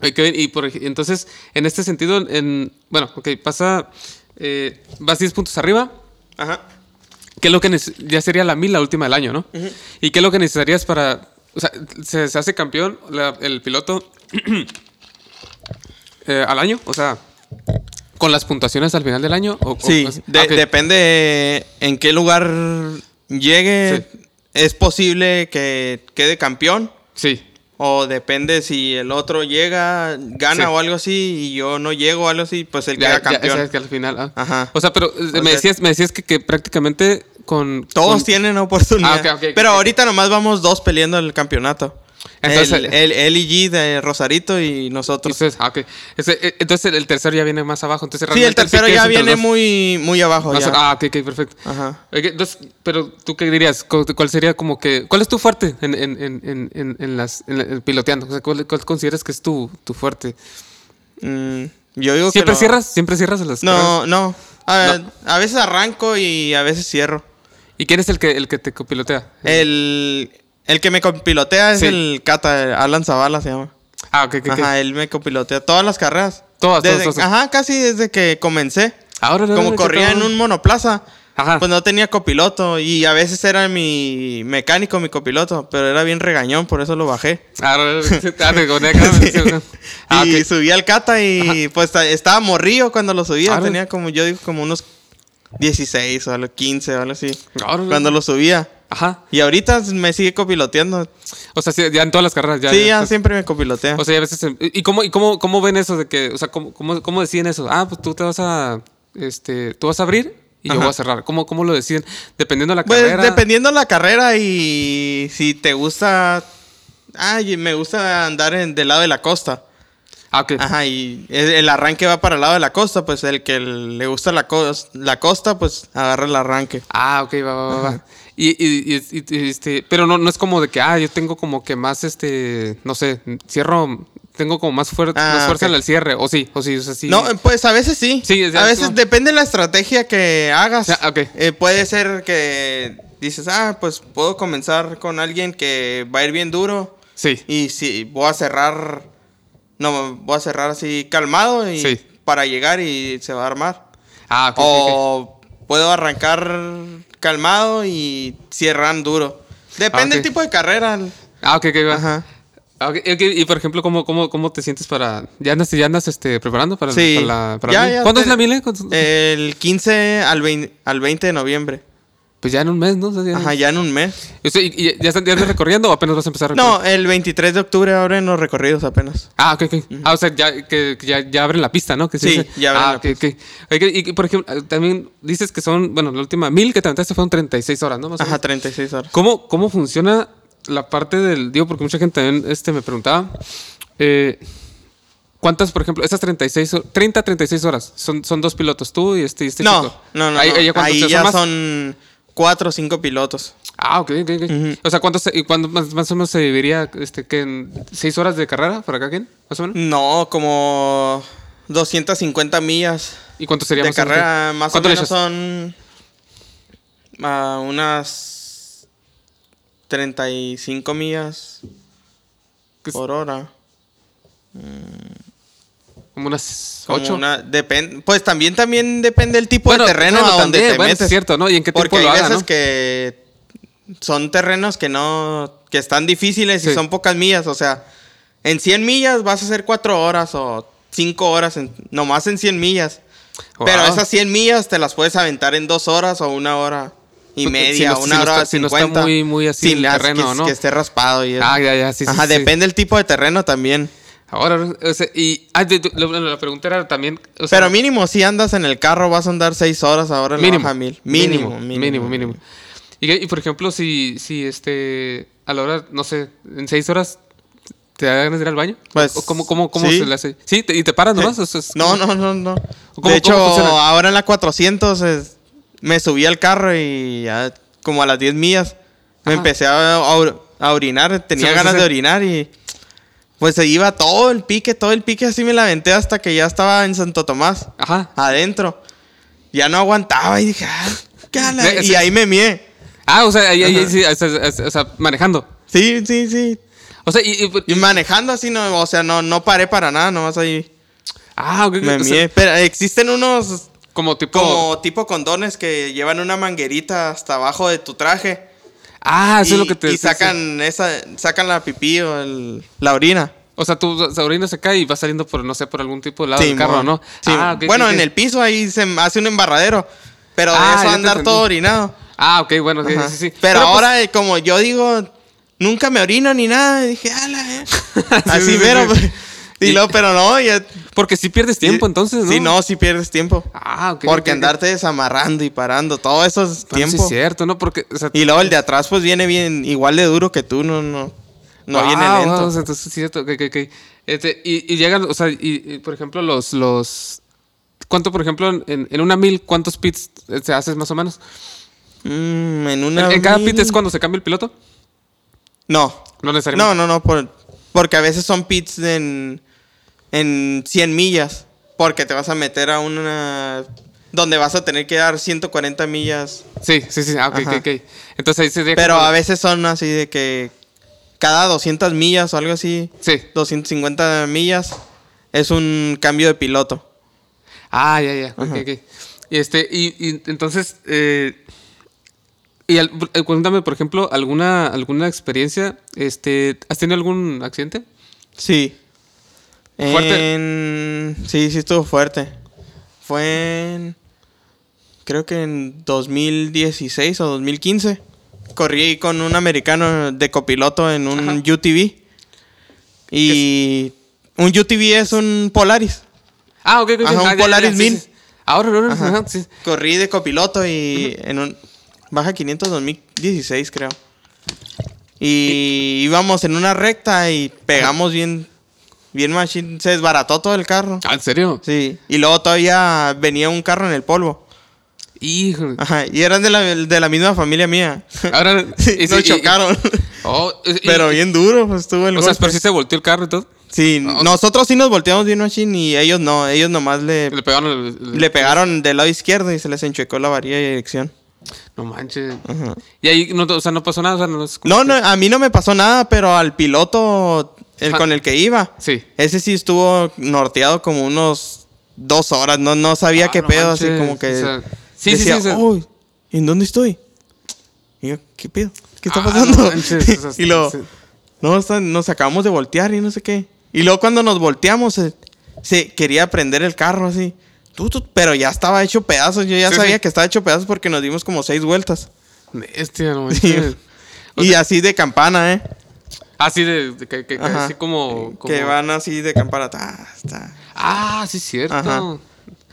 [SPEAKER 2] Oye, qué bien, Y por, ej- entonces, en este sentido, en, bueno, ok, pasa, eh, vas 10 puntos arriba,
[SPEAKER 6] Ajá.
[SPEAKER 2] ¿Qué es lo que neces- ya sería la mil la última del año, no? ¿Y qué es lo que necesitarías para... O sea, se, se hace campeón la- el piloto eh, al año, o sea, con las puntuaciones al final del año. O, o-
[SPEAKER 6] Sí,
[SPEAKER 2] o- ah,
[SPEAKER 6] de-
[SPEAKER 2] ok.
[SPEAKER 6] depende en qué lugar llegue.
[SPEAKER 2] Sí.
[SPEAKER 6] Es posible que quede campeón.
[SPEAKER 2] Sí,
[SPEAKER 6] O depende si el otro llega, gana
[SPEAKER 2] Sí.
[SPEAKER 6] o algo así, y yo no llego o algo así, pues él
[SPEAKER 2] ya,
[SPEAKER 6] queda
[SPEAKER 2] ya,
[SPEAKER 6] campeón.
[SPEAKER 2] ese es que al final... ah.
[SPEAKER 6] Ajá.
[SPEAKER 2] O sea, pero eh,
[SPEAKER 6] sea-
[SPEAKER 2] me, decías, me decías que, que prácticamente con...
[SPEAKER 6] Todos
[SPEAKER 2] con-
[SPEAKER 6] tienen oportunidad.
[SPEAKER 2] Ah, ok, ok,
[SPEAKER 6] pero
[SPEAKER 2] ok.
[SPEAKER 6] ahorita nomás vamos dos peleando el campeonato.
[SPEAKER 2] Entonces- eh,
[SPEAKER 6] el, el, el LG de Rosarito y nosotros.
[SPEAKER 2] Entonces, ah, ok. Ese- eh, entonces el tercero ya viene más abajo. Entonces,
[SPEAKER 6] sí, el
[SPEAKER 2] realmente
[SPEAKER 6] tercero
[SPEAKER 2] pique es
[SPEAKER 6] ya
[SPEAKER 2] entre
[SPEAKER 6] viene
[SPEAKER 2] los dos.
[SPEAKER 6] muy, muy abajo.
[SPEAKER 2] Más-
[SPEAKER 6] ya.
[SPEAKER 2] Ah, ok, ok, perfecto.
[SPEAKER 6] Ajá.
[SPEAKER 2] Ok, entonces, pero tú qué dirías, ¿Cu- ¿cuál sería como que, cuál es tu fuerte en, en, en, en, en- en las en la- en piloteando? O sea, ¿cuál, cuál consideras que es tu, tu fuerte?
[SPEAKER 6] Mm, yo digo que
[SPEAKER 2] Siempre
[SPEAKER 6] lo-
[SPEAKER 2] cierras, siempre cierras las carreras?
[SPEAKER 6] No, no. A,
[SPEAKER 2] No.
[SPEAKER 6] a veces arranco y a veces cierro.
[SPEAKER 2] ¿Y quién es el que el que te copilotea?
[SPEAKER 6] Eh, El, el que me copilotea es
[SPEAKER 2] Sí.
[SPEAKER 6] el Cata, Alan Zavala se llama.
[SPEAKER 2] Ah, ok, ok, ok.
[SPEAKER 6] Ajá, eh, él me copilotea todas las carreras.
[SPEAKER 2] Todas,
[SPEAKER 6] Desde-
[SPEAKER 2] todas, todas.
[SPEAKER 6] Ajá, casi desde que comencé.
[SPEAKER 2] Ahora no, no,
[SPEAKER 6] Como
[SPEAKER 2] no,
[SPEAKER 6] corría
[SPEAKER 2] qué
[SPEAKER 6] en
[SPEAKER 2] todo.
[SPEAKER 6] un monoplaza,
[SPEAKER 2] Ajá.
[SPEAKER 6] pues no tenía copiloto y a veces era mi mecánico mi copiloto, pero era bien regañón, por eso lo bajé.
[SPEAKER 2] Ahora, ah, te conecté acá,
[SPEAKER 6] Sí.
[SPEAKER 2] sí, no. Ah,
[SPEAKER 6] y
[SPEAKER 2] ok.
[SPEAKER 6] subí al Cata y pues ta- estaba morrillo cuando lo subía,
[SPEAKER 2] Ahora-
[SPEAKER 6] tenía como yo digo como unos 16 o algo 15 o algo así.
[SPEAKER 2] Ahora-
[SPEAKER 6] Cuando lo subía.
[SPEAKER 2] Ajá.
[SPEAKER 6] Y ahorita me sigue copiloteando.
[SPEAKER 2] O sea, sí, ya en todas las carreras ya. pues,
[SPEAKER 6] sí, ya
[SPEAKER 2] estás-
[SPEAKER 6] siempre me copilotea.
[SPEAKER 2] O sea, ya a veces. ¿Y cómo, y cómo, cómo ven eso de que. O sea, ¿cómo, cómo, cómo deciden eso? Ah, pues tú te vas a. Este, tú vas a abrir y yo
[SPEAKER 6] Ajá.
[SPEAKER 2] voy a cerrar. ¿Cómo, cómo lo deciden? Dependiendo de la
[SPEAKER 6] pues
[SPEAKER 2] carrera.
[SPEAKER 6] dependiendo la carrera y si te gusta... Ay, me gusta andar en, del lado de la costa.
[SPEAKER 2] Ah, ok.
[SPEAKER 6] Ajá, y el el arranque va para el lado de la costa, pues el que le gusta la, cos- la costa, pues agarra el arranque.
[SPEAKER 2] Ah, ok, va, va, va, va. Y, y, y- y- y, este, pero no, no es como de que, ah, yo tengo como que más, este, no sé, cierro, tengo como más, fuer
[SPEAKER 6] Ah,
[SPEAKER 2] más fuerza
[SPEAKER 6] ok.
[SPEAKER 2] en el cierre, o sí, o sí, o sea, sí.
[SPEAKER 6] No, pues a veces sí.
[SPEAKER 2] Sí, es-
[SPEAKER 6] a
[SPEAKER 2] es
[SPEAKER 6] veces
[SPEAKER 2] como-
[SPEAKER 6] depende de la estrategia que hagas.
[SPEAKER 2] Ya, ok.
[SPEAKER 6] Eh, puede ser que dices, ah, pues puedo comenzar con alguien que va a ir bien duro.
[SPEAKER 2] sí.
[SPEAKER 6] Y si voy a cerrar, no, voy a cerrar así calmado y
[SPEAKER 2] Sí.
[SPEAKER 6] para llegar y se va a armar.
[SPEAKER 2] Ah, ok, ok, ok.
[SPEAKER 6] O puedo arrancar calmado y cierran duro. Depende
[SPEAKER 2] Ah,
[SPEAKER 6] del
[SPEAKER 2] ok.
[SPEAKER 6] tipo de carrera.
[SPEAKER 2] Ah, ok, ok, va.
[SPEAKER 6] Ajá.
[SPEAKER 2] Ah, ok, ok, Y por ejemplo, ¿cómo, cómo, cómo te sientes para. ¿Ya andas, ya andas este, preparando para,
[SPEAKER 6] Sí.
[SPEAKER 2] para la. Para
[SPEAKER 6] Ya,
[SPEAKER 2] la mil? eh?
[SPEAKER 6] ya Eh.
[SPEAKER 2] ¿Cuándo
[SPEAKER 6] te-
[SPEAKER 2] es la mile? ¿Cuándo-
[SPEAKER 6] El 15 al 20, al 20 de noviembre.
[SPEAKER 2] Pues ya en un mes, ¿no? O sea, ya-
[SPEAKER 6] Ajá, ya en un mes.
[SPEAKER 2] O sea, ¿y- y ya están ya andas recorriendo o apenas vas a empezar a recorrer?
[SPEAKER 6] No, el 23 de octubre abren los recorridos apenas.
[SPEAKER 2] Ah, ok, ok. Ah, o sea, ya, que, que ya, ya abren la pista, ¿no? Que se
[SPEAKER 6] Sí,
[SPEAKER 2] dice.
[SPEAKER 6] ya abren
[SPEAKER 2] ah,
[SPEAKER 6] la
[SPEAKER 2] ok, ok. Oye, y que, por ejemplo, eh, también dices que son, bueno, la última mil que te aventaste fueron 36 horas, ¿no? Más o
[SPEAKER 6] Ajá,
[SPEAKER 2] menos.
[SPEAKER 6] 36 horas.
[SPEAKER 2] ¿Cómo, ¿Cómo funciona la parte del. Digo, porque mucha gente también este, me preguntaba eh, ¿cuántas, por ejemplo, esas 36, ho- 30, 36 horas? Son, son dos pilotos, tú y este, y este
[SPEAKER 6] No,
[SPEAKER 2] chico.
[SPEAKER 6] no, no.
[SPEAKER 2] Ahí,
[SPEAKER 6] no.
[SPEAKER 2] ahí ya cuántos
[SPEAKER 6] Ahí
[SPEAKER 2] son
[SPEAKER 6] ya
[SPEAKER 2] más?
[SPEAKER 6] son cuatro o cinco pilotos.
[SPEAKER 2] Ah, ok, ok, ok.
[SPEAKER 6] Ujú.
[SPEAKER 2] O sea, ¿cuántos, y cuándo más, más o menos se viviría, este, que en seis horas de carrera para cada quien, más o menos?
[SPEAKER 6] No, como 250 millas
[SPEAKER 2] ¿Y cuánto sería
[SPEAKER 6] Mm, de
[SPEAKER 2] más o menos?
[SPEAKER 6] carrera. Más o
[SPEAKER 2] ¿Cuánto le
[SPEAKER 6] menos
[SPEAKER 2] echas?
[SPEAKER 6] son ah, unas 35 millas
[SPEAKER 2] ¿Qué es?
[SPEAKER 6] por hora.
[SPEAKER 2] Como unas
[SPEAKER 6] Como
[SPEAKER 2] ocho.
[SPEAKER 6] una- depen- pues también, también depende el tipo
[SPEAKER 2] Bueno,
[SPEAKER 6] de terreno
[SPEAKER 2] bueno,
[SPEAKER 6] a donde
[SPEAKER 2] también,
[SPEAKER 6] te
[SPEAKER 2] bueno, es
[SPEAKER 6] metes.
[SPEAKER 2] cierto, ¿no? Y en qué tiempo
[SPEAKER 6] Porque hay
[SPEAKER 2] lo haga,
[SPEAKER 6] veces
[SPEAKER 2] ¿no?
[SPEAKER 6] que son terrenos que no. que están difíciles
[SPEAKER 2] Sí.
[SPEAKER 6] y son pocas millas. O sea, en 100 millas vas a hacer 4 horas o 5 horas, en- nomás en 100 millas. Pero
[SPEAKER 2] Wow.
[SPEAKER 6] esas 100 millas te las puedes aventar en 2 horas o una hora y
[SPEAKER 2] Pues, eh, Si
[SPEAKER 6] media,
[SPEAKER 2] no- si
[SPEAKER 6] una
[SPEAKER 2] no
[SPEAKER 6] hora
[SPEAKER 2] está- si no está
[SPEAKER 6] 50,
[SPEAKER 2] muy- muy así
[SPEAKER 6] sin
[SPEAKER 2] el
[SPEAKER 6] las-
[SPEAKER 2] terreno,
[SPEAKER 6] que,
[SPEAKER 2] ¿no?
[SPEAKER 6] que esté raspado y eso.
[SPEAKER 2] Ah, ya, ya, sí, sí,
[SPEAKER 6] Ajá,
[SPEAKER 2] sí.
[SPEAKER 6] depende el tipo de terreno también.
[SPEAKER 2] Ahora, o sea, y ah, de- de- lo- lo- la pregunta era también. o sea,
[SPEAKER 6] Pero mínimo, si andas en el carro, vas a andar 6 horas ahora en la
[SPEAKER 2] mínimo,
[SPEAKER 6] baja mil. Mínimo, mínimo.
[SPEAKER 2] mínimo, mínimo. Y, que- y, por ejemplo, si, si este, a la hora, no sé, en seis horas te da ganas de ir al baño.
[SPEAKER 6] Pues,
[SPEAKER 2] ¿O ¿Cómo, cómo, cómo
[SPEAKER 6] sí.
[SPEAKER 2] se le hace? Sí, te- y te paras nomás. o sea, es
[SPEAKER 6] Eh, No,
[SPEAKER 2] como-
[SPEAKER 6] no, no, no.
[SPEAKER 2] ¿Cómo-
[SPEAKER 6] de hecho,
[SPEAKER 2] cómo funciona?
[SPEAKER 6] ahora en la 400 es- me subí al carro y ya como a las 10 millas me
[SPEAKER 2] Ajá.
[SPEAKER 6] empecé a, a or- a orinar. Tenía
[SPEAKER 2] Sí, sí,
[SPEAKER 6] ganas
[SPEAKER 2] sí.
[SPEAKER 6] de orinar y pues se iba todo el pique, todo el pique. Así me la aventé hasta que ya estaba en Santo Tomás,
[SPEAKER 2] Ajá.
[SPEAKER 6] adentro. Ya no aguantaba y dije, "Ah, cala",
[SPEAKER 2] Ve,
[SPEAKER 6] Y
[SPEAKER 2] ese-
[SPEAKER 6] ahí me mié.
[SPEAKER 2] Ah, o sea, ahí, ahí- ahí
[SPEAKER 6] Ajá.
[SPEAKER 2] sí, o sea, o sea, o sea, manejando.
[SPEAKER 6] Sí, sí, sí.
[SPEAKER 2] O sea, y. y-
[SPEAKER 6] Y manejando así, no, o sea, no, no paré para nada, nomás ahí
[SPEAKER 2] ah, ok,
[SPEAKER 6] me
[SPEAKER 2] o sea,
[SPEAKER 6] mié. Pero existen unos
[SPEAKER 2] como tipo.
[SPEAKER 6] Como tipo condones que llevan una manguerita hasta abajo de tu traje.
[SPEAKER 2] ah, eso
[SPEAKER 6] y,
[SPEAKER 2] es lo que te.
[SPEAKER 6] y sacan esa, sacan la pipí o el- la orina.
[SPEAKER 2] O sea, tú o sea, orinas acá y vas saliendo por, no sé, por algún tipo de lado del
[SPEAKER 6] Simón.
[SPEAKER 2] carro, ¿no?
[SPEAKER 6] Simón.
[SPEAKER 2] Ah, ok,
[SPEAKER 6] bueno,
[SPEAKER 2] ok,
[SPEAKER 6] en
[SPEAKER 2] ok.
[SPEAKER 6] el piso ahí se hace un embarradero. Pero
[SPEAKER 2] Ah,
[SPEAKER 6] de eso
[SPEAKER 2] ya te
[SPEAKER 6] andar todo orinado.
[SPEAKER 2] Ah, ok, bueno, sí,
[SPEAKER 6] Ajá.
[SPEAKER 2] sí, sí.
[SPEAKER 6] Pero,
[SPEAKER 2] pues,
[SPEAKER 6] ahora, eh, como yo digo, nunca me orino ni nada. y dije, ala, eh.
[SPEAKER 2] Sí,
[SPEAKER 6] Así
[SPEAKER 2] sí,
[SPEAKER 6] mero.
[SPEAKER 2] sí.
[SPEAKER 6] Y luego, pero no, ya.
[SPEAKER 2] Porque si pierdes tiempo, entonces, ¿no?
[SPEAKER 6] Sí, no, si pierdes tiempo.
[SPEAKER 2] Ah, ok.
[SPEAKER 6] Porque
[SPEAKER 2] ok, ok.
[SPEAKER 6] andarte desamarrando y parando, todo eso es
[SPEAKER 2] Bueno,
[SPEAKER 6] tiempo.
[SPEAKER 2] Ah, Sí, es cierto, ¿no? Porque, o sea,
[SPEAKER 6] Y luego el de atrás pues viene bien igual de duro que tú, no no no
[SPEAKER 2] wow,
[SPEAKER 6] viene
[SPEAKER 2] wow, o
[SPEAKER 6] lento.
[SPEAKER 2] sea, entonces, sí, cierto, ok, ok, ok. Este, y, y llegan, o sea, y, y, por ejemplo, los, los... ¿Cuánto, por ejemplo, en- en, en una mil, cuántos pits eh, se haces más o menos?
[SPEAKER 6] Mm, en
[SPEAKER 2] ¿En,
[SPEAKER 6] una
[SPEAKER 2] en cada
[SPEAKER 6] mil-
[SPEAKER 2] pit es cuando se cambia el piloto?
[SPEAKER 6] No.
[SPEAKER 2] No necesariamente.
[SPEAKER 6] No, no, no, por- porque a veces son pits en en 100 millas, porque te vas a meter a una donde vas a tener que dar 140 millas,
[SPEAKER 2] Sí, sí, sí, ah, ok,
[SPEAKER 6] Ajá.
[SPEAKER 2] ok, ok. Entonces ahí sería
[SPEAKER 6] pero
[SPEAKER 2] como-
[SPEAKER 6] a veces son así de que cada 200 millas o algo así,
[SPEAKER 2] Sí.
[SPEAKER 6] 250 millas es un cambio de piloto.
[SPEAKER 2] Ah, ya, ya. Ok,
[SPEAKER 6] Ajá.
[SPEAKER 2] ok. Y este, y, y entonces, eh, y al- eh, cuéntame, por ejemplo, alguna, alguna experiencia, este, ¿has tenido algún accidente?
[SPEAKER 6] Sí.
[SPEAKER 2] ¿Fuerte?
[SPEAKER 6] En- Sí, sí estuvo fuerte. Fue en... Creo que en 2016 o 2015. Corrí ahí con un americano de copiloto en un
[SPEAKER 2] Ajá.
[SPEAKER 6] UTV. Y... Un UTV es un Polaris.
[SPEAKER 2] Ah, ok, ok. ok.
[SPEAKER 6] Ajá, un
[SPEAKER 2] Ah, ya, ya,
[SPEAKER 6] Polaris
[SPEAKER 2] sí, sí,
[SPEAKER 6] 1000.
[SPEAKER 2] sí. Ahora, ahora,
[SPEAKER 6] Ajá.
[SPEAKER 2] ajá, sí.
[SPEAKER 6] Corrí de copiloto y en un... Baja 500 2016 creo. Y íbamos en una recta y pegamos bien... Bien machine. Se desbarató todo el carro.
[SPEAKER 2] Ah, ¿en serio?
[SPEAKER 6] Sí, y luego todavía venía un carro en el polvo.
[SPEAKER 2] Hijo.
[SPEAKER 6] Ajá, y eran de la, de la misma familia mía.
[SPEAKER 2] Ahora,
[SPEAKER 6] Sí,
[SPEAKER 2] y-
[SPEAKER 6] nos
[SPEAKER 2] y- y-
[SPEAKER 6] chocaron.
[SPEAKER 2] Oh, y- y-
[SPEAKER 6] pero bien duro, pues estuvo el
[SPEAKER 2] O sea,
[SPEAKER 6] golpe.
[SPEAKER 2] pero sí se volteó el carro y todo.
[SPEAKER 6] Sí,
[SPEAKER 2] o-
[SPEAKER 6] nosotros sí nos volteamos bien machín y ellos no, ellos nomás le,
[SPEAKER 2] Le pegaron el- el-
[SPEAKER 6] le pegaron del lado izquierdo y se les enchuecó la varilla de dirección.
[SPEAKER 2] No manches.
[SPEAKER 6] Ajá.
[SPEAKER 2] Y ahí, no, o sea, no pasó nada. O sea, no, es como
[SPEAKER 6] No,
[SPEAKER 2] que-
[SPEAKER 6] no, a mí no me pasó nada, pero al piloto el
[SPEAKER 2] Ajá.
[SPEAKER 6] con el que iba,
[SPEAKER 2] Sí.
[SPEAKER 6] ese sí estuvo norteado como unos dos horas, no, no sabía
[SPEAKER 2] Ah,
[SPEAKER 6] qué
[SPEAKER 2] no
[SPEAKER 6] pedo, así
[SPEAKER 2] manches,
[SPEAKER 6] como que...
[SPEAKER 2] o sea, sí, sí,
[SPEAKER 6] decía,
[SPEAKER 2] sí, o sea-
[SPEAKER 6] "Uy, ¿en dónde estoy? Y yo, ¿qué pedo? ¿Qué está
[SPEAKER 2] Ah,
[SPEAKER 6] pasando?
[SPEAKER 2] no manches, o sea,
[SPEAKER 6] y luego,
[SPEAKER 2] sí.
[SPEAKER 6] no, o sea, nos acabamos de voltear y no sé qué. Y luego cuando nos volteamos, eh, se, quería prender el carro así. Tú, tú, pero ya estaba hecho pedazos, yo ya
[SPEAKER 2] Sí,
[SPEAKER 6] sabía
[SPEAKER 2] sí.
[SPEAKER 6] que estaba hecho pedazos porque nos dimos como seis vueltas.
[SPEAKER 2] Bestia, no manches. O
[SPEAKER 6] Y
[SPEAKER 2] sea-
[SPEAKER 6] así de campana, ¿eh?
[SPEAKER 2] Así de, de que, que- que
[SPEAKER 6] Ajá.
[SPEAKER 2] así como, como-
[SPEAKER 6] Que van así de campana. ta, ta.
[SPEAKER 2] Ah, sí, es cierto.
[SPEAKER 6] Ajá.